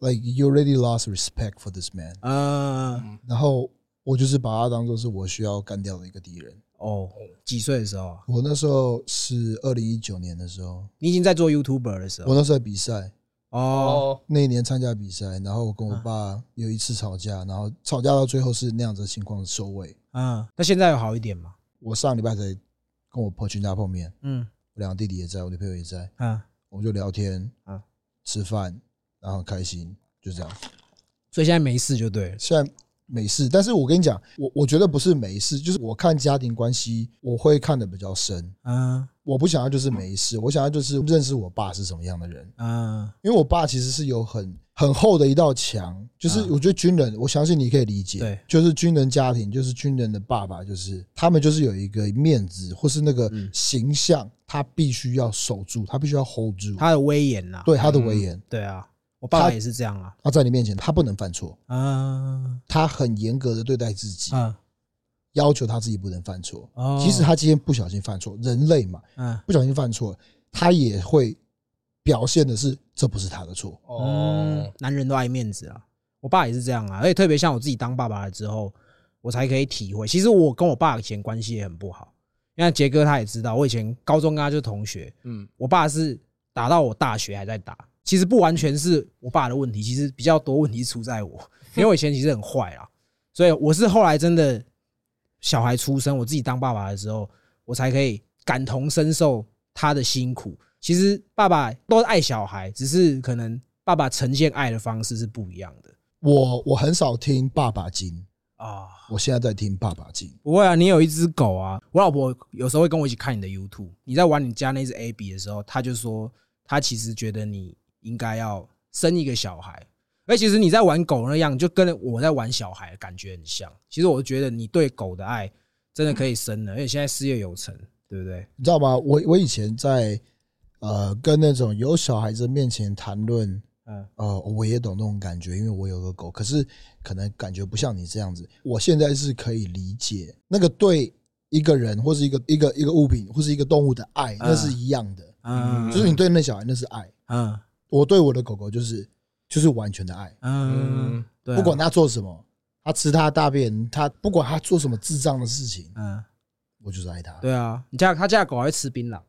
，like you already lost respect for this man，呃，然后我就是把他当做是我需要干掉的一个敌人。哦，几岁的时候啊？我那时候是二零一九年的时候，你已经在做 YouTuber 的时我候那时候在比赛，哦，哦，那一年参加比赛，然后我跟我爸有一次吵架，然后吵架到最后是那样子的情况收尾。嗯，那现在有好一点吗？我上礼拜才跟我婆全家碰面，嗯我两个弟弟也在，我女朋友也在，嗯，我们就聊天，啊吃饭，然后很开心，就这样。所以现在没事就对了。现在没事，但是我跟你讲，我我觉得不是没事，就是我看家庭关系，我会看的比较深。嗯我不想要就是没事，我想要就是认识我爸是什么样的人，嗯因为我爸其实是有很很厚的一道墙，就是啊我觉得军人，我相信你可以理解，对就是军人家庭，就是军人的爸爸，就是他们就是有一个面子或是那个嗯形象，他必须要守住，他必须要 hold 住，他的威严呐。对他的威严，对啊，我爸爸他也是这样啊。他在你面前他不能犯错，嗯他很严格的对待自己，嗯要求他自己不能犯错。哦，即使他今天不小心犯错，人类嘛，嗯不小心犯错，他也会表现的是这不是他的错。哦嗯，，男人都爱面子啊。我爸也是这样啊，而且特别像我自己当爸爸了之后，我才可以体会。其实我跟我爸以前关系也很不好，因为杰哥他也知道，我以前高中跟他就是同学， *laughs* 嗯，我爸是打到我大学还在打。其实不完全是我爸的问题，其实比较多问题出在我，因为我以前其实很坏啦，所以我是后来真的小孩出生，我自己当爸爸的时候，我才可以感同身受他的辛苦。其实爸爸都爱小孩，只是可能爸爸呈现爱的方式是不一样的我我很少听爸爸经，啊。我现在在听爸爸经。不会啊，你有一只狗啊。我老婆有时候会跟我一起看你的 YouTube。你在玩你家那只 AB 的时候，她就说她其实觉得你应该要生一个小孩。而其实你在玩狗那样，就跟我在玩小孩的感觉很像。其实我觉得你对狗的爱真的可以生了，而且现在事业有成，对不对？你知道吗？我我以前在呃跟那种有小孩子面前谈论，嗯呃，我也懂那种感觉，因为我有个狗，可是可能感觉不像你这样子。我现在是可以理解那个对一个人或是一个一个一个物品或是一个动物的爱，那是一样的，嗯，就是你对那小孩那是爱，嗯我对我的狗狗就是就是完全的爱，嗯，对啊，不管它做什么，它吃它的大便，它不管它做什么智障的事情，嗯，我就是爱它。对啊，你家他家的狗还会吃槟榔，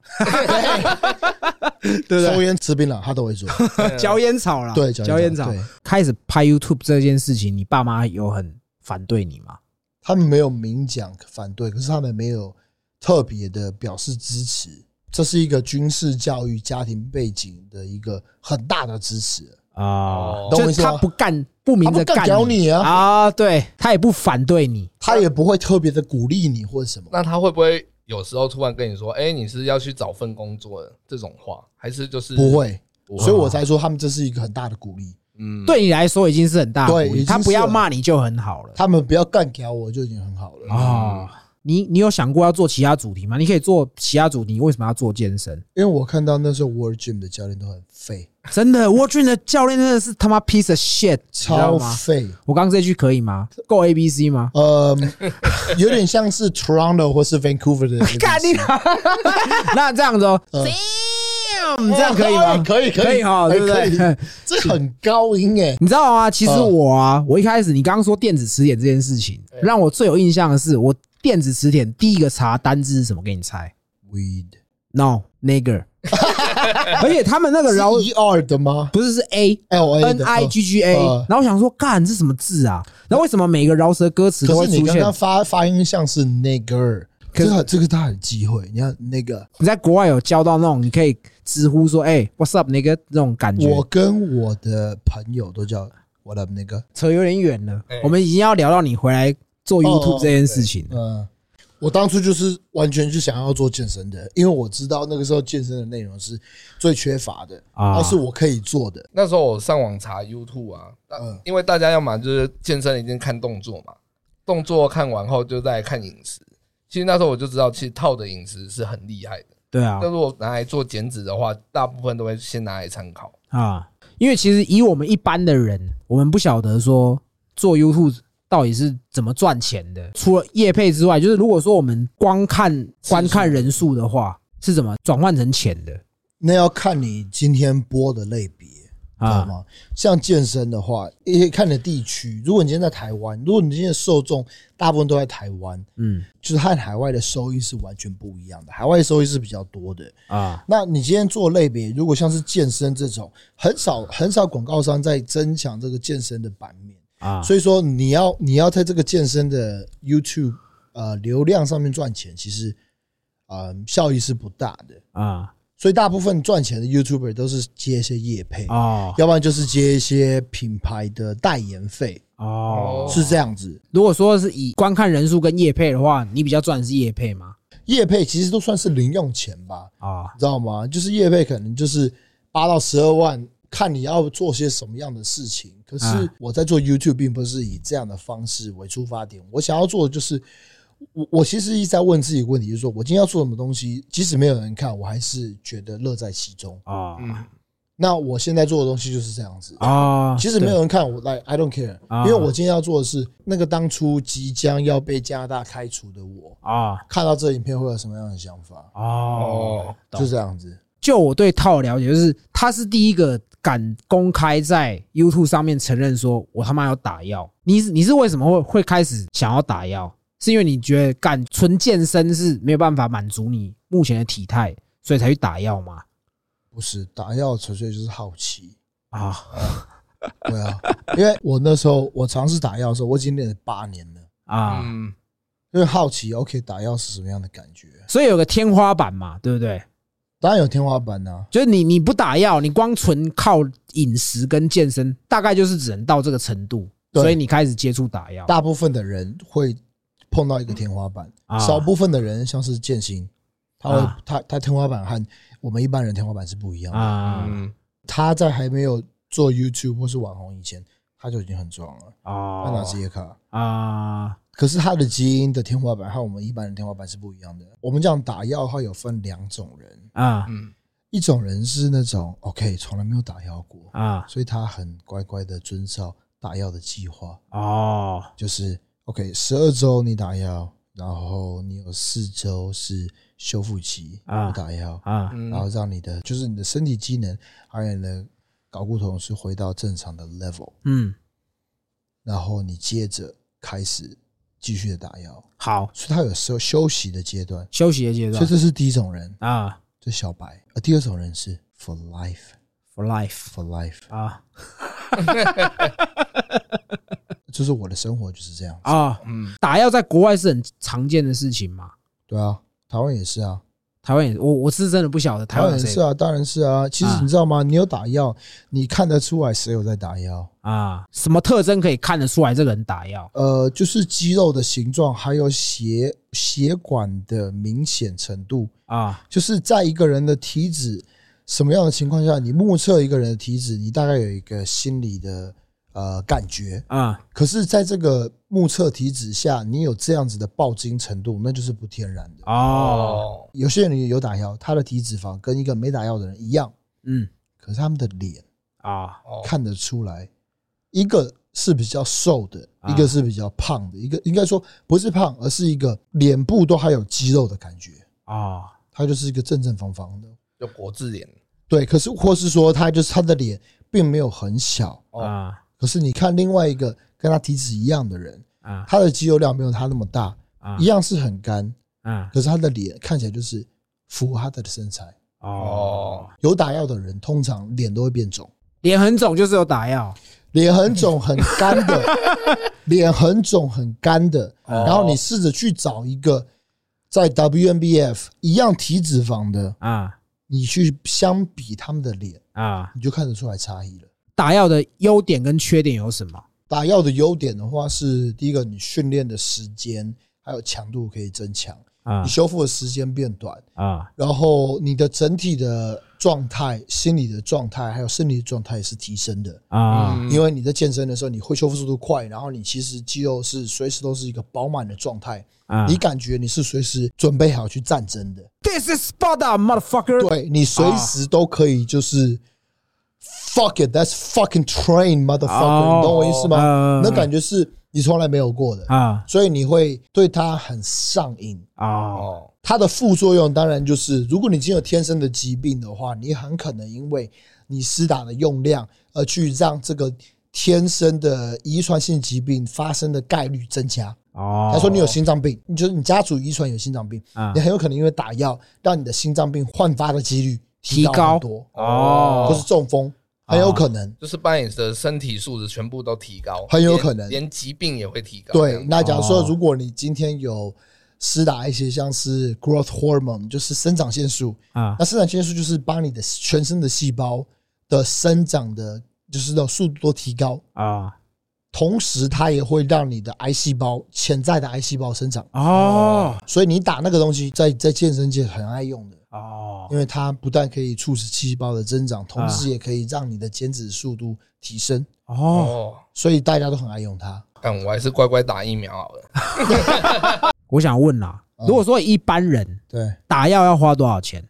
对抽不烟吃槟榔它都会 *laughs* 做，对？嚼烟草啦，对，嚼烟草对。开始拍 YouTube 这件事情，你爸妈有很反对你吗？他们没有明讲反对，可是他们没有特别的表示支持，这是一个军事教育家庭背景的一个很大的支持。啊哦懂就我意是思他吗不干，不明着他不干屌你你啊啊！对他也不反对你，嗯他也不会特别的鼓励你或者什么，那他会不会有时候突然跟你说，哎、你是要去找份工作的这种话，还是就是不，会，不所以我才说他们这是一个很大的鼓励，嗯，对你来说已经是很大的鼓对已励，经他不要是骂你就很好了他们不要干掉我就已经很好了。啊。你你有想过要做其他主题吗？你可以做其他主题，你为什么要做健身？因为我看到那时候 World Gym 的教练都很废，真的 w a r d r e 的教练真的是他妈 piece of shit，你知道超吗？废，我刚刚这句可以吗？够 A B C 吗？呃， *laughs* 有点像是 Toronto 或是 Vancouver 的 ABC。 *laughs* 干你娘！那这样子哦呃 *laughs* ，damn，这样可以吗？哦可以，可以哈，对不哎可以对？ *laughs* 这很高音哎，你知道吗？其实嗯我啊，我一开始你刚刚说电子词典这件事情，让我最有印象的是，我电子词典第一个查单字是什么？给你猜 weed ，no nigger，而且他们那个是饶 E R 的吗不是是 a ？L A n 的 i。哦 g g a，嗯然后我想说，干这什么字啊？然后为什么每个饶舌歌词都可会哦是你出刚现？刚发发音像是 nigger，可这是个这个他很忌讳。你看那个，你在国外有交到那种你可以直呼说，哎，what's up 那个那种感觉？我跟我的朋友都叫 What up 那个，扯有点远了哎，我们已经要聊到你回来做哦 YouTube 这件事情了。嗯，我当初就是完全是想要做健身的，因为我知道那个时候健身的内容是最缺乏的，啊然后是我可以做的。那时候我上网查 YouTube 啊，那嗯因为大家要么就是健身一定看动作嘛，动作看完后就再看饮食。其实那时候我就知道，其实套的饮食是很厉害的。对啊那，如果拿来做减脂的话，大部分都会先拿来参考。啊，因为其实以我们一般的人，我们不晓得说做 YouTube 到底是怎么赚钱的。除了业配之外，就是如果说我们光看观看人数的话，是怎么转换成钱的那要看你今天播的类别，知道啊？吗？像健身的话，也看你的地区。如果你今天在台湾，如果你今天的受众大部分都在台湾，嗯就是和海外的收益是完全不一样的。海外的收益是比较多的。啊，那你今天做类别，如果像是健身这种，很少很少广告商在增强这个健身的版面。啊，所以说你要你要在这个健身的 YouTube 呃流量上面赚钱，其实呃效益是不大的。啊所以大部分赚钱的 YouTuber 都是接一些业配，哦要不然就是接一些品牌的代言费，哦哦。是这样子。如果说是以观看人数跟业配的话，你比较赚的是业配吗？业配其实都算是零用钱吧，啊你知道吗？就是业配可能就是八到十二万，看你要做些什么样的事情。可是啊我在做 YouTube，并不是以这样的方式为出发点。我想要做的就是，我我其实一直在问自己一个问题，就是说我今天要做什么东西，即使没有人看，我还是觉得乐在其中。哦嗯，那我现在做的东西就是这样子。哦，其实没有人看我，like I don't care，啊因为我今天要做的是那个当初即将要被加拿大开除的我，啊看到这影片会有什么样的想法？哦哦，懂就这样子。就我对套的了解，就是他是第一个敢公开在 YouTube 上面承认说我他妈要打药。你是你是为什么会会开始想要打药？是因为你觉得干纯健身是没有办法满足你目前的体态，所以才去打药吗？不是打药，纯粹就是好奇。啊对啊， *laughs* 因为我那时候我尝试打药的时候，我已经练了八年了，啊，嗯，因为好奇，OK，打药是什么样的感觉？所以有个天花板嘛，对不对？当然有天花板啊呐、就是你你不打药，你光纯靠饮食跟健身，大概就是只能到这个程度，对所以你开始接触打药大部分的人会碰到一个天花板，啊少部分的人像是剑心，他会、啊他他天花板和我们一般人天花板是不一样的。啊嗯，他在还没有做 YouTube 或是网红以前，他就已经很壮了，他拿哦职业卡。啊可是他的基因的天花板和我们一般人天花板是不一样的。我们讲打药的话，有分两种人，啊嗯一种人是那种 OK 从来没有打药过，啊所以他很乖乖的遵照打药的计划，哦就是 OK 十二周你打药，然后你有四周是修复期啊不打药，啊嗯然后让你的就是你的身体机能还有你的睾固酮是回到正常的 level，嗯，然后你接着开始继续的打药，好，所以他有时候休息的阶段，休息的阶所段以这是第一种人，啊这小白。而第二种人是 for life ，for life for life。啊就是我的生活就是这样。啊，嗯打药在国外是很常见的事情嘛，对啊，台湾也是啊，台湾也是，我我是真的不晓得台当湾有然谁是啊，当然是啊。其实啊你知道吗？你有打药，你看得出来谁有在打药。啊，什么特征可以看得出来这个人打药呃，就是肌肉的形状，还有血血管的明显程度，啊？就是在一个人的体脂什么样的情况下，你目测一个人的体脂，你大概有一个心理的呃感觉。啊可是，在这个目测体脂下，你有这样子的暴惊程度，那就是不天然的。哦，哦，有些人有打药，他的体脂肪跟一个没打药的人一样，嗯可是他们的脸啊哦看得出来，一个是比较瘦的，啊一个是比较胖的，一个应该说不是胖，而是一个脸部都还有肌肉的感觉，哦他就是一个正正方方的。就国字脸对，可是或是说他就是他的脸并没有很小，哦啊可是你看另外一个跟他体脂一样的人，啊他的肌肉量没有他那么大，啊一样是很干，啊可是他的脸看起来就是符合他的身材。哦，有打药的人通常脸都会变肿，脸很肿就是有打药脸很肿很干的，脸很肿很干的，然后你试着去找一个在 WNBF 一样体脂肪的，啊你去相比他们的脸，啊，你就看得出来差异了。打药的优点跟缺点有什么？打药的优点的话是，第一个你训练的时间还有强度可以增强，啊你修复的时间变短，啊然后你的整体的状态、心理的状态还有生理的状态也是提升的。啊嗯因为你在健身的时候，你会修复速度快，然后你其实肌肉是随时都是一个饱满的状态，啊你感觉你是随时准备好去战争的， ！This is spot on, motherfucker！对你随时都可以就是。Fuck it, that's fucking train, motherfucker！、哦你懂我意思吗嗯？那感觉是你从来没有过的，啊所以你会对它很上瘾。啊哦它的副作用当然就是，如果你已经有天生的疾病的话，你很可能因为你施打的用量而去让这个天生的遗传性疾病发生的概率增加。哦！他说你有心脏病，你就是你家族遗传有心脏病，啊你很有可能因为打药让你的心脏病焕发的几率提提哦高高很多，哦或是中风，很有可能。就是把你的身体素质全部都提高，很有连可能连疾病也会提高。这对，样那假如哦说如果你今天有施打一些像是 growth hormone，就是生长腺素，啊那生长激素就是把你的全身的细胞的生长的，就是那种速度都提高，啊同时它也会让你的癌细胞潜在的癌细胞生长。哦所以你打那个东西在，在健身界很爱用的，哦因为它不但可以促使细胞的增长，同啊时也可以让你的减脂速度提升，哦！哦，所以大家都很爱用它。但我还是乖乖打疫苗好了。我想问啦，嗯如果说一般人对，打药要花多少钱？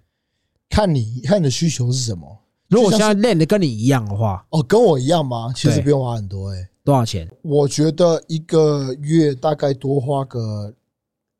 看你看你的需求是什么。如果就现像在练的跟你一样的话，哦，跟我一样吗？其实对不用花很多诶、欸多少钱？我觉得一个月大概多花个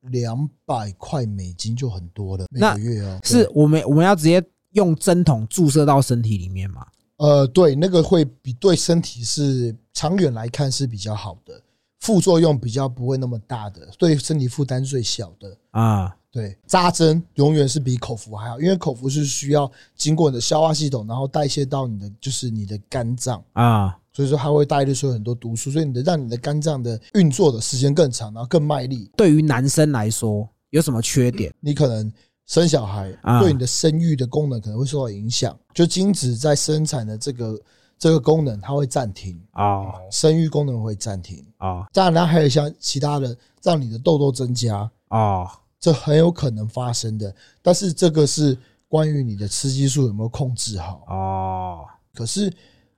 两百块美金就很多了，每那个月哦。对是我们我们要直接用针筒注射到身体里面嘛？呃，对，那个会比对身体是长远来看是比较好的，副作用比较不会那么大的，对身体负担最小的。啊对，扎针永远是比口服还好，因为口服是需要经过你的消化系统，然后代谢到你的就是你的肝脏。啊所以说它会带出很多毒素，所以你的让你的肝脏的运作的时间更长，然后更卖力，对于男生来说有什么缺点你可能生小孩啊，对你的生育的功能可能会受到影响，就精子在生产的这个这个功能它会暂停，啊生育功能会暂停。啊当然，还有像其他的，让你的痘痘增加，啊这很有可能发生的。但是这个是关于你的雌激素有没有控制好。哦可是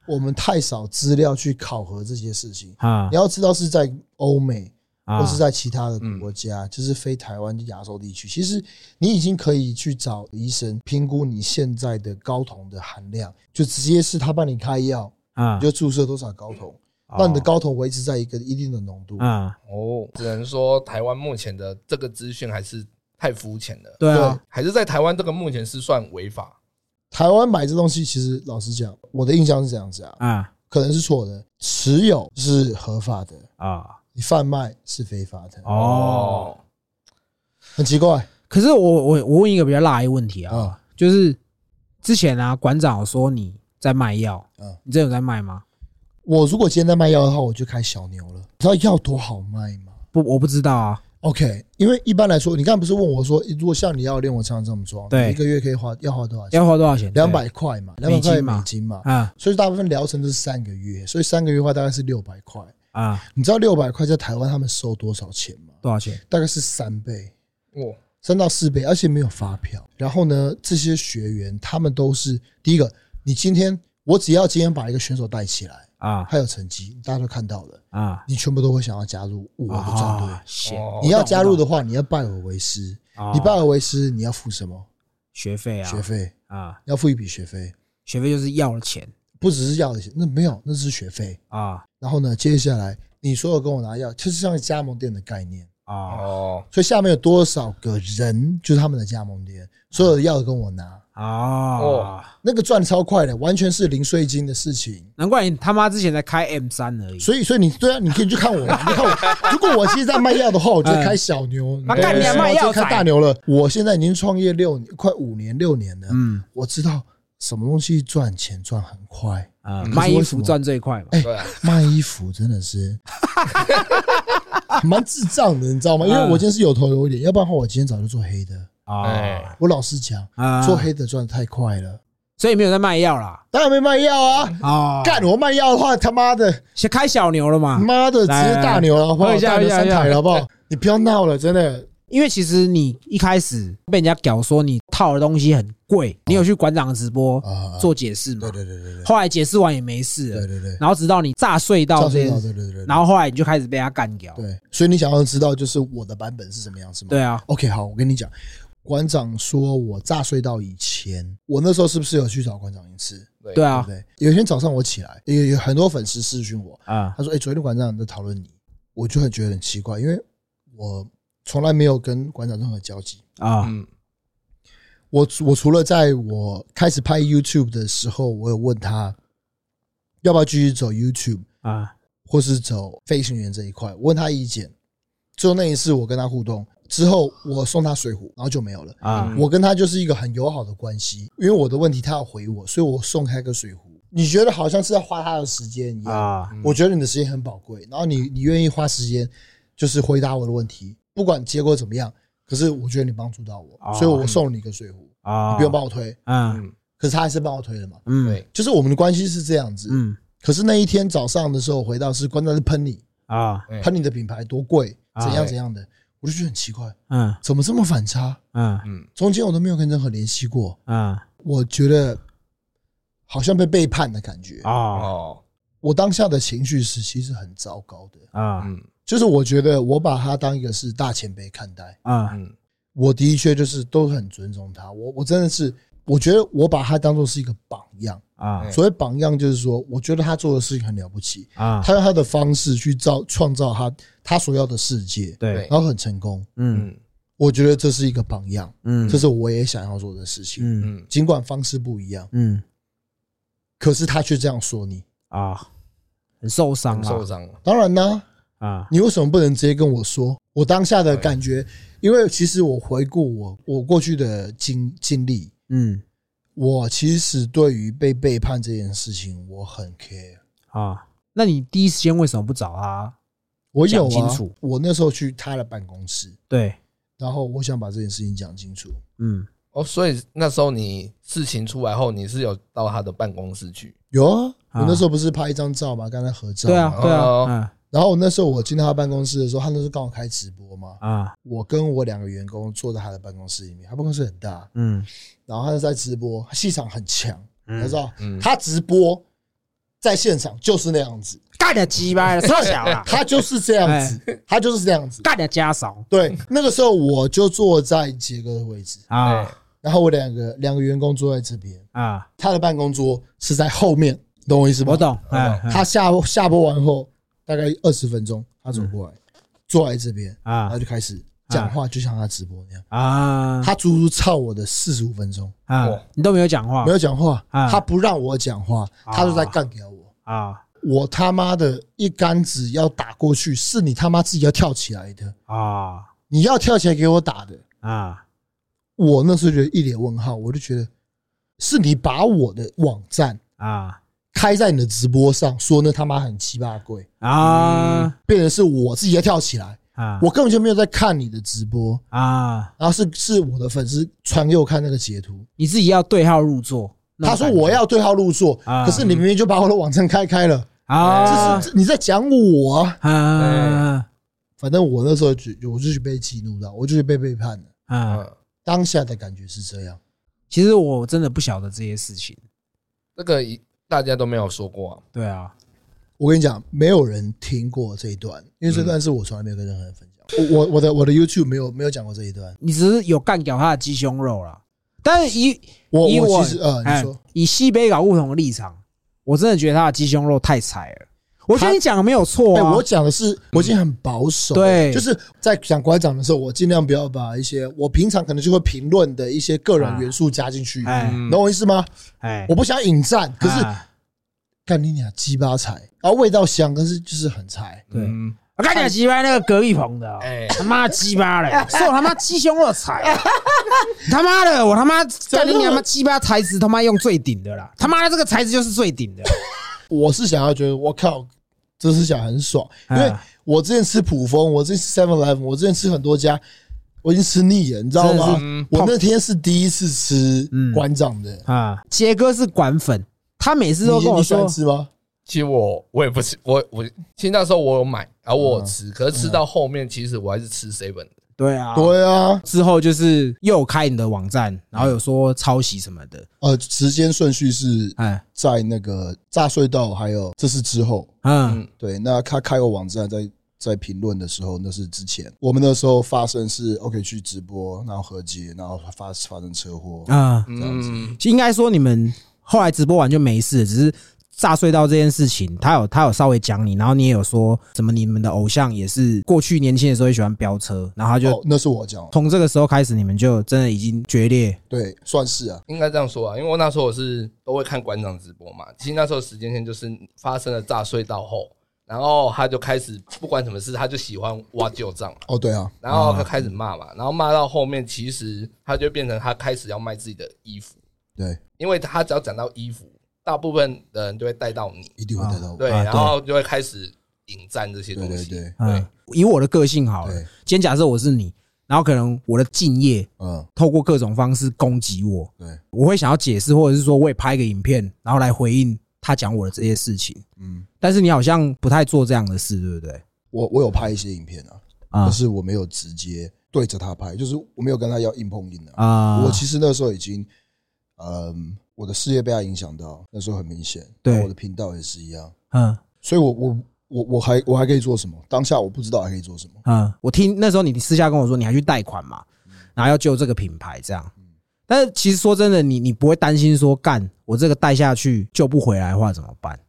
我们太少资料去考核这些事情。啊你要知道是在欧美，啊嗯或是在其他的国家，就是非台湾、亚洲地区，其实你已经可以去找医生评估你现在的睾酮的含量，就直接是他帮你开药，啊哦你就注射多少睾酮，让你的睾酮维持在一个一定的浓度。啊哦，只能说台湾目前的这个资讯还是太肤浅了。对啊还是在台湾这个目前是算违法。台湾买这东西，其实老实讲，我的印象是这样子啊，啊可能是错的，持有是合法的，啊你贩卖是非法的，哦。很奇怪可是我我我问一个比较辣的问题啊，啊。就是之前啊馆长有说你在卖药嗯，你真的有在卖吗？我如果今天在卖药的话，我就开小牛了，你知道药多好卖吗？不，我不知道啊。 OK，因为一般来说，你刚才不是问我说，如果像你要练我唱这么装，对你一个月可以花要花多少钱？要花多少钱？啊两百块嘛，两美百金块嘛美金嘛对，啊所以大部分疗程都是三个月，所以三个月的话大概是六百块。啊，你知道六百块在台湾他们收多少钱吗？多少钱？大概是三倍，哇，三到四倍，而且没有发票。然后呢，这些学员他们都是第一个，你今天我只要今天把一个选手带起来，啊他有成绩，大家都看到了，啊！你全部都会想要加入我的战队。啊行哦你要加入的话，你要拜我为师。哦你拜我为师，你要付什么学费啊，学费？啊，要付一笔学费，学费就是要了钱不只是要的钱，那没有，那只是学费。啊然后呢，接下来你所有跟我拿药，就是像加盟店的概念。啊哦，所以下面有多少个人就是他们的加盟店，所有的药跟我拿，哦啊！那个赚超快的，完全是零税金的事情。难怪你他妈之前才开 M 三而已，所以，所以你对啊，你可以去看我嘛，你看我。如 *laughs* 果我其实在卖药的话，我就开小 *laughs* 牛，妈对干你啊我就卖药仔开大牛了。我现在已经创业六年，快五年六年了，嗯我知道什么东西赚钱赚很快，啊，嗯卖衣可是服为什么赚最快嘛，哎对啊，卖衣服真的是 *laughs* 蛮智障的，你知道吗？嗯因为我今天是有头有脸，要不然的话我今天早就做黑的。啊哎我老实讲，啊，哎做黑的赚得太快了，所以没有在卖药啦当然没卖药啊！啊，干我卖药的话，他妈的，先开小牛了嘛，妈的，直啊来接大牛了，好不喝好？一大下牛喝一下三台了，好不好？你不要闹了，真的。因为其实你一开始被人家屌说你套的东西很贵，你有去馆长的直播啊做解释嘛哦对？对对对对后来解释完也没事对了，对对，然后直到你炸隧道照这隧件道，事，对对对对然后后来你就开始被他干掉。对。所以你想要知道就是我的版本是什么样是吗？对啊， OK，好，我跟你讲，馆长说我炸隧道以前，我那时候是不是有去找馆长一次？对对啊不，对？有一天早上我起来，有有很多粉丝私讯我，啊他说：“哎、昨天馆长在讨论你。”我就很觉得很奇怪，因为我从来没有跟馆长任何交集。啊嗯，我我除了在我开始拍 YouTube 的时候，我有问他要不要继续走 YouTube 啊或是走飞行员这一块，我问他意见。只有那一次我跟他互动之后，我送他水壶，然后就没有了。啊我跟他就是一个很友好的关系，因为我的问题他要回我，所以我送他个水壶。你觉得好像是要花他的时间一样，啊我觉得你的时间很宝贵，然后你你愿意花时间就是回答我的问题，不管结果怎么样，可是我觉得你帮助到我啊，所以我送了你一个水壶，啊！你不用帮我推，嗯可是他还是帮我推了嘛，嗯对，就是我们的关系是这样子。嗯可是那一天早上的时候，我回到是关键是喷你，啊嗯喷你的品牌多贵，啊怎样对怎样的，我就觉得很奇怪，嗯怎么这么反差？嗯嗯，中间我都没有跟任何联系过，嗯我觉得好像被背叛的感觉。啊哦，我当下的情绪是其实很糟糕的，啊嗯就是我觉得我把他当一个是大前辈看待，啊嗯我的确就是都很尊重他，我我真的是。我觉得我把他当做是一个榜样，啊所谓榜样就是说，我觉得他做的事情很了不起，啊！他用他的方式去造创造他他所要的世界，对，然后很成功。嗯嗯我觉得这是一个榜样，嗯，这是我也想要做的事情。嗯嗯，尽管方式不一样，嗯可是他却这样说你。啊，很受伤很受了伤了，当然呢、啊你为什么不能直接跟我说？我当下的感觉，因为其实我回顾我我过去的经经历，嗯我其实对于被背叛这件事情我很 care。啊。那你第一时间为什么不找他？我有讲啊清楚，我那时候去他的办公室，对，然后我想把这件事情讲清楚。嗯哦，所以那时候你事情出来后，你是有到他的办公室去，有啊，啊我那时候不是拍一张照嘛，跟他合照。对啊，嘛对啊哦，嗯然后我那时候我进到他办公室的时候，他那时候刚好开直播嘛，啊，我跟我两个员工坐在他的办公室里面，他办公室很大，嗯然后他就在直播，他气场很强，嗯你知道嗯，他直播在现场就是那样子，干点鸡巴了，超 *laughs* 小啦，他就是这样哎子，他就是这样子。干点家嫂 *laughs* 对，那个时候我就坐在杰哥的位置，啊然后我两个两个员工坐在这边，啊，他的办公桌是在后面，懂我意思吗？我懂，我懂哎哎他下下播完后，大概二十分钟，他走过来，坐在这边，然嗯啊后就开始讲话，就像他直播那样。啊他足足操我的四十五分钟，啊，你都没有讲话没有讲话，啊他不让我讲话，啊他就在干掉我。啊我他妈的一竿子要打过去，是你他妈自己要跳起来的，啊你要跳起来给我打的。啊我那时候觉得一脸问号，我就觉得是你把我的网站啊开在你的直播上，说那他妈很鸡巴贵，啊变成是我自己要跳起来，啊嗯我根本就没有在看你的直播，啊，然后是是我的粉丝传给我看那个截图，你自己要对号入座。那他种说感觉我要对号入座，啊可是你明明就把我的网站开开了，啊这，是这你在讲我啊！啊啊反正我那时候就我就是被激怒到，我就是被背叛了。啊啊！嗯，当下的感觉是这样，其实我真的不晓得这些事情。这个一大家都没有说过啊，对啊，我跟你讲，没有人听过这一段，因为这嗯段是我从来没有跟任何人分享。我我我的我的 YouTube 没有没有讲过这一段。你只是有干掉他的鸡胸肉啦。但是以我以我我其实呃，你哎说以西北搞不同的立场，我真的觉得他的鸡胸肉太柴了。我觉得他你讲的没有错哎，啊我。讲的是我已经很保守了，对就是在讲馆长的时候，我尽量不要把一些我平常可能就会评论的一些个人元素加进去，哎嗯懂我意思吗？哎，我不想引战，可是啊干你俩鸡巴菜，然后味道香，可是就是很菜。对嗯我跟你讲，鸡巴那个隔壁棚的哦哎，他妈鸡巴嘞，受他妈鸡胸肉踩， *laughs* 他妈的，我他妈干你娘他妈鸡巴材质他妈用最顶的啦，他妈的这个材质就是最顶的，我是想要觉得我靠，这吃起来很爽，因为啊我之前吃普丰，我之前吃 Seven Eleven，我之前吃很多家，我已经吃腻了，你知道真的吗是？嗯我那天是第一次吃嗯馆长的，啊！杰哥是管粉，他每次你都跟我你喜说欢吃吗？其实我我也不吃，我我其实那时候我有买，然后我有吃，可是吃到后面，其实我还是吃 seven 的。对啊，对啊，之后就是又有开你的网站，然后有说抄袭什么的，呃，时间顺序是哎，在那个炸隧道，还有这是之后。嗯嗯对，那他开个网站在。在评论的时候，那是之前我们那时候发生是 OK 去直播，然后和解，然后发发生车祸，啊，这样子嗯，应该说你们后来直播完就没事，只是炸隧道这件事情，他有他有稍微讲你，然后你也有说什么你们的偶像也是过去年轻的时候也喜欢飙车，然后他哦就，那是我讲的，从这个时候开始，你们就真的已经决裂对，算是啊，应该这样说啊，因为我那时候我是都会看馆长直播嘛。其实那时候时间线就是发生了炸隧道后，然后他就开始不管什么事，他就喜欢挖旧账嘛，哦，对啊，然后他开始骂嘛，然后骂到后面，其实他就变成他开始要卖自己的衣服，对，因为他只要讲到衣服，大部分的人就会带到你，一定会带到我，对，啊对然后就会开始引战这些对东对西。对，嗯，以我的个性好了对，今天假设我是你，然后可能我的敬业嗯，透过各种方式攻击我，对，我会想要解释，或者是说我也拍一个影片，然后来回应他讲我的这些事情。嗯，但是你好像不太做这样的事，对不对？我我有拍一些影片啊，啊但是我没有直接对着他拍，就是我没有跟他要硬碰硬的、啊，我其实那时候已经，嗯，我的事业被他影响到，那时候很明显，对然后我的频道也是一样，嗯所以我我我我还我还可以做什么？当下我不知道还可以做什么。嗯，我听那时候你私下跟我说你还去贷款嘛，然后要救这个品牌这样。但是其实说真的，你你不会担心说干我这个贷下去救不回来的话怎么办？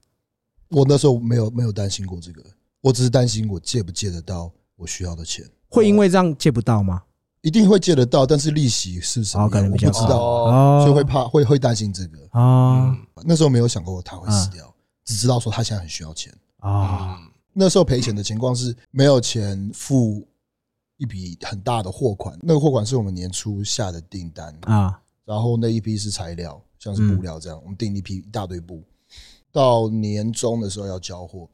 我那时候没有没有担心过这个，我只是担心我借不借得到我需要的钱，会因为这样借不到吗？一定会借得到，但是利息是什么哦，可样、能我比不较知道，哦哦，所以会怕会会担心这个。哦那时候没有想过他会嗯死掉，只知道说他现在很需要钱。哦嗯那时候赔钱的情况是没有钱付一笔很大的货款，那个货款是我们年初下的订单，啊然后那一批是材料，像是布料这样，我们订一批一大堆布，到年终的时候要交货，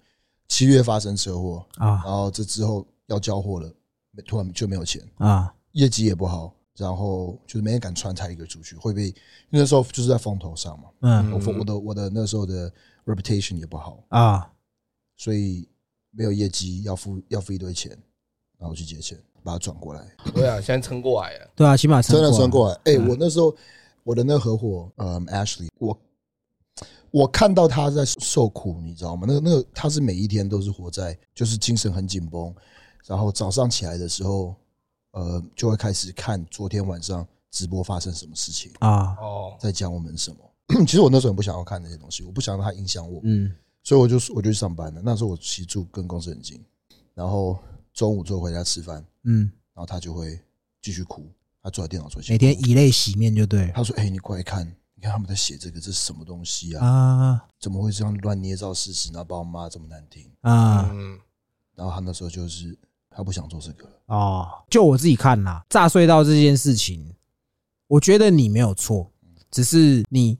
七月发生车祸，然啊后这之后要交货了，没突然就没有钱，啊业绩也不好。然后就是没人敢穿他一个出去，会被因为那时候就是在风头上嘛，嗯我我的我的那时候的 reputation 也不好，啊所以没有业绩要付要付一堆钱，然后去借钱把它转过来，对啊，现在撑过来了。对啊，起码真的转过来。哎、嗯我那时候我的那合伙，嗯，Ashley，我我看到他在受苦，你知道吗？那个那个他是每一天都是活在就是精神很紧绷，然后早上起来的时候，呃，就会开始看昨天晚上直播发生什么事情，啊哦，在讲我们什么。 *clears throat* 其实我那时候很不想要看那些东西，我不想让它影响我。嗯所以我就我就去上班了。那时候我其实住跟公司很近，然后中午之后回家吃饭，然嗯。后他就会继续哭，他坐在电脑桌前每天以泪洗面就对了他说：“哎、你过来看，你看他们在写这个，这是什么东西啊？啊怎么会这样乱捏造事实，然后把我骂这么难听啊嗯，？”然后他那时候就是他不想做这个了，哦！就我自己看啦，炸隧道这件事情，我觉得你没有错，只是你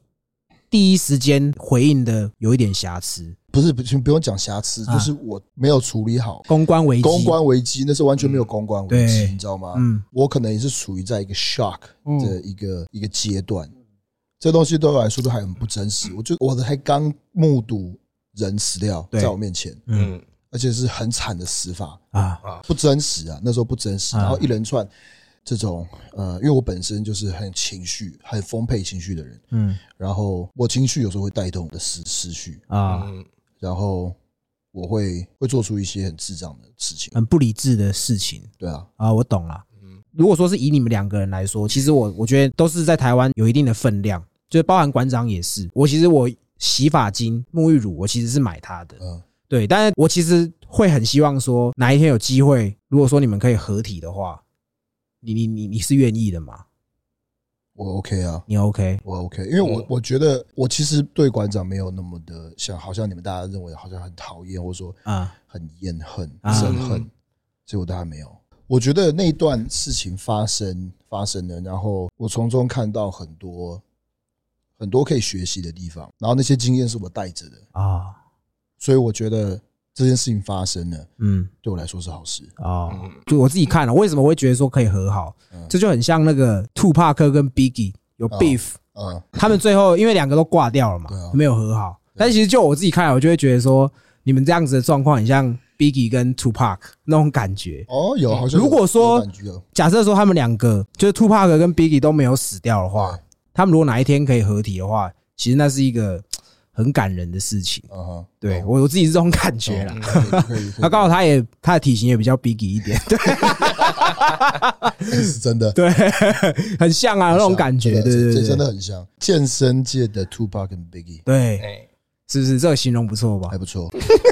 第一时间回应的有一点瑕疵，不是不行，不用讲瑕疵，啊就是我没有处理好公关危机，公关危机，那是完全没有公关危机，对你知道吗？嗯我可能也是处于在一个 shock 嗯的一个、一个阶段，这东西对我来说都还很不真实。我就我才刚目睹人死掉对在我面前，嗯嗯，而且是很惨的死法，啊，不真实啊，那时候不真实。啊然后一连串这种呃，因为我本身就是很情绪、很丰沛情绪的人，嗯然后我情绪有时候会带动我的思思绪，啊，嗯，然后我会会做出一些很智障的事情。很不理智的事情对啊，啊，我懂了。如果说是以你们两个人来说，其实我我觉得都是在台湾有一定的分量，就是包含馆长也是。我其实我洗发精、沐浴乳，我其实是买它的，嗯对。但是我其实会很希望说，哪一天有机会，如果说你们可以合体的话，你你你你是愿意的吗？我 OK 啊，你 OK？我 OK，因为我嗯我觉得我其实对馆长没有那么的像，好像你们大家认为好像很讨厌，或者说啊很厌恨、啊憎恨，嗯所以我对他没有。我觉得那一段事情发生发生了，然后我从中看到很多很多可以学习的地方，然后那些经验是我带着的，啊，所以我觉得这件事情发生了，嗯对我来说是好事。哦，嗯就我自己看了，为什么会觉得说可以和好？这就很像那个兔帕克跟 Biggie 有 beef，嗯，他们最后因为两个都挂掉了嘛对啊，没有和好。但其实就我自己看来，啊我就会觉得说，你们这样子的状况很像 Biggie 跟 Tupac 那种感觉。哦，有好像有嗯如果说有感觉哦假设说他们两个就是 Tupac 跟 Biggie 都没有死掉的话对，他们如果哪一天可以合体的话，其实那是一个很感人的事情。嗯哼，对我我自己是这种感觉啦。了，哦可以，他刚好他也他的体型也比较 Biggie 一 *laughs* 点，对可以是真的，对，很像啊那种感觉，真的对对这对，真的很像健身界的 Tupac 跟 Biggie，对，哎，是不是这个形容不错吧还？不错。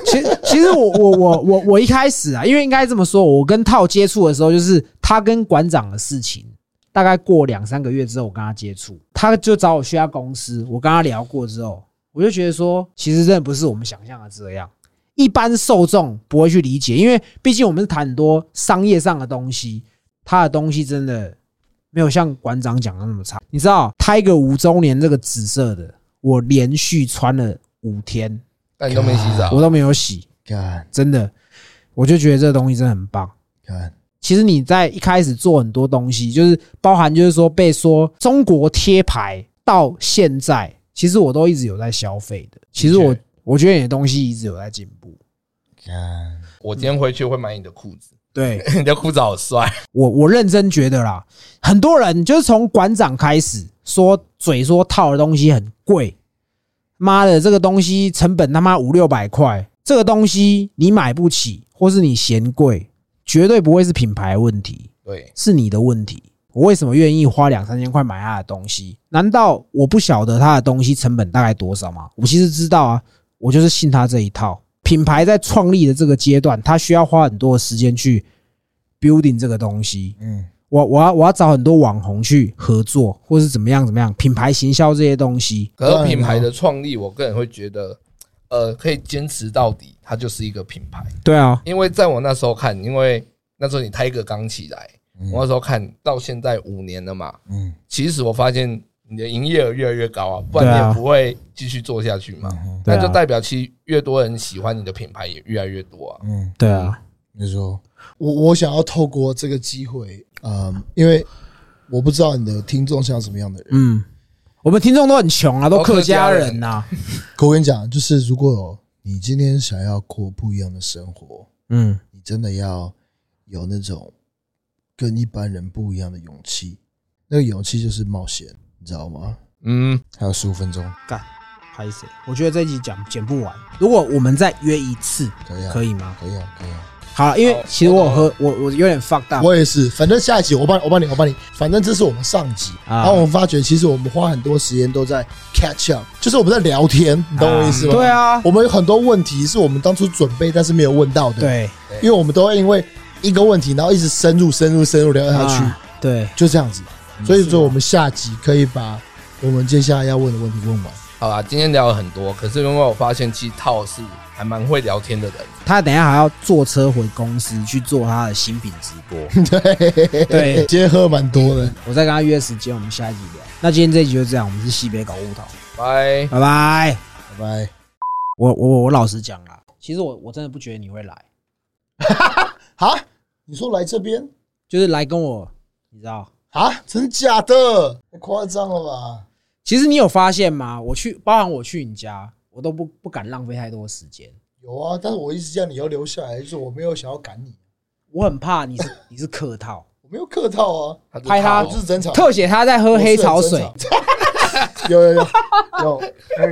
其实，其实我我我我我一开始啊，因为应该这么说，我跟套接触的时候，就是他跟馆长的事情，大概过两三个月之后，我跟他接触，他就找我去他公司，我跟他聊过之后，我就觉得说，其实真的不是我们想象的这样，一般受众不会去理解，因为毕竟我们是谈很多商业上的东西，他的东西真的没有像馆长讲的那么差。你知道，Tiger 五周年这个紫色的，我连续穿了五天，但你都没洗澡我，都没有洗。看，真的，我就觉得这个东西真的很棒。看，其实你在一开始做很多东西，就是包含就是说被说中国贴牌到现在，其实我都一直有在消费的。其实我的确我觉得你的东西一直有在进步。看，我今天回去会买你的裤子， *laughs* 对 *laughs* 你的裤子好帅，我我认真觉得啦，很多人就是从馆长开始说嘴说套的东西很贵，妈的这个东西成本他妈五六百块，这个东西你买不起，或是你嫌贵，绝对不会是品牌问题。对，是你的问题。我为什么愿意花两三千块买他的东西？难道我不晓得他的东西成本大概多少吗？我其实知道啊，我就是信他这一套。品牌在创立的这个阶段，他需要花很多的时间去 building 这个东西。嗯，我我要我要找很多网红去合作，或是怎么样怎么样，品牌行销这些东西。啊可是品牌的创立，我个人会觉得，呃，可以坚持到底，它就是一个品牌。对啊，因为在我那时候看，因为那时候你 Tiger 刚起来，嗯我那时候看到现在五年了嘛，嗯，其实我发现你的营业额越来越高啊，不然你对啊也不会继续做下去嘛。嗯对那就啊，代表其实越多人喜欢你的品牌也越来越多啊。嗯，对啊，你说，我我想要透过这个机会，嗯，因为我不知道你的听众像什么样的人，嗯，我们听众都很穷啊，都都客客家家人人呐、啊可我跟你讲，就是如果你今天想要过不一样的生活，嗯，你真的要有那种跟一般人不一样的勇气，那个勇气就是冒险，你知道吗？嗯，还有十五分钟，干，拍谁？我觉得这一集讲剪不完。如果我们再约一次，可以啊，可以吗？可以啊，可以啊。好了，因为好其实我有喝，我我有点 fucked up。我也是，反正下一集我帮你，我帮你，我帮你。反正这是我们上集，啊然后我们发觉其实我们花很多时间都在 catch up，就是我们在聊天，你懂我意思吗？对，啊，我们有很多问题是我们当初准备但是没有问到的，，对因为我们都会因为一个问题，然后一直深入、深入、深入聊下去，啊嗯对，就这样子。所以说，我们下集可以把我们接下来要问的问题问完。好啦，今天聊了很多，可是因为我发现其实套是还蛮会聊天的人，他等一下还要坐车回公司去做他的新品直 *laughs* 播。对，对今天喝蛮多的，我再跟他约时间，我们下一集聊。那今天这一集就这样，我们是西北搞物头，拜。拜拜。拜拜。我我我我老实讲啦，其实我我真的不觉得你会来，啊，你说来这边就是来跟我，你知道。啊？真假的？太夸张了吧？其实你有发现吗？我去，包含我去你家，我都不不敢浪费太多时间，有啊，但是我一直叫你要留下来，就是我没有想要赶你，我很怕你是 *laughs* 你是客套。我没有客套啊，是拍他靠我就是整场 *laughs* 特写他在喝黑草水，我是很正常有有有有，哎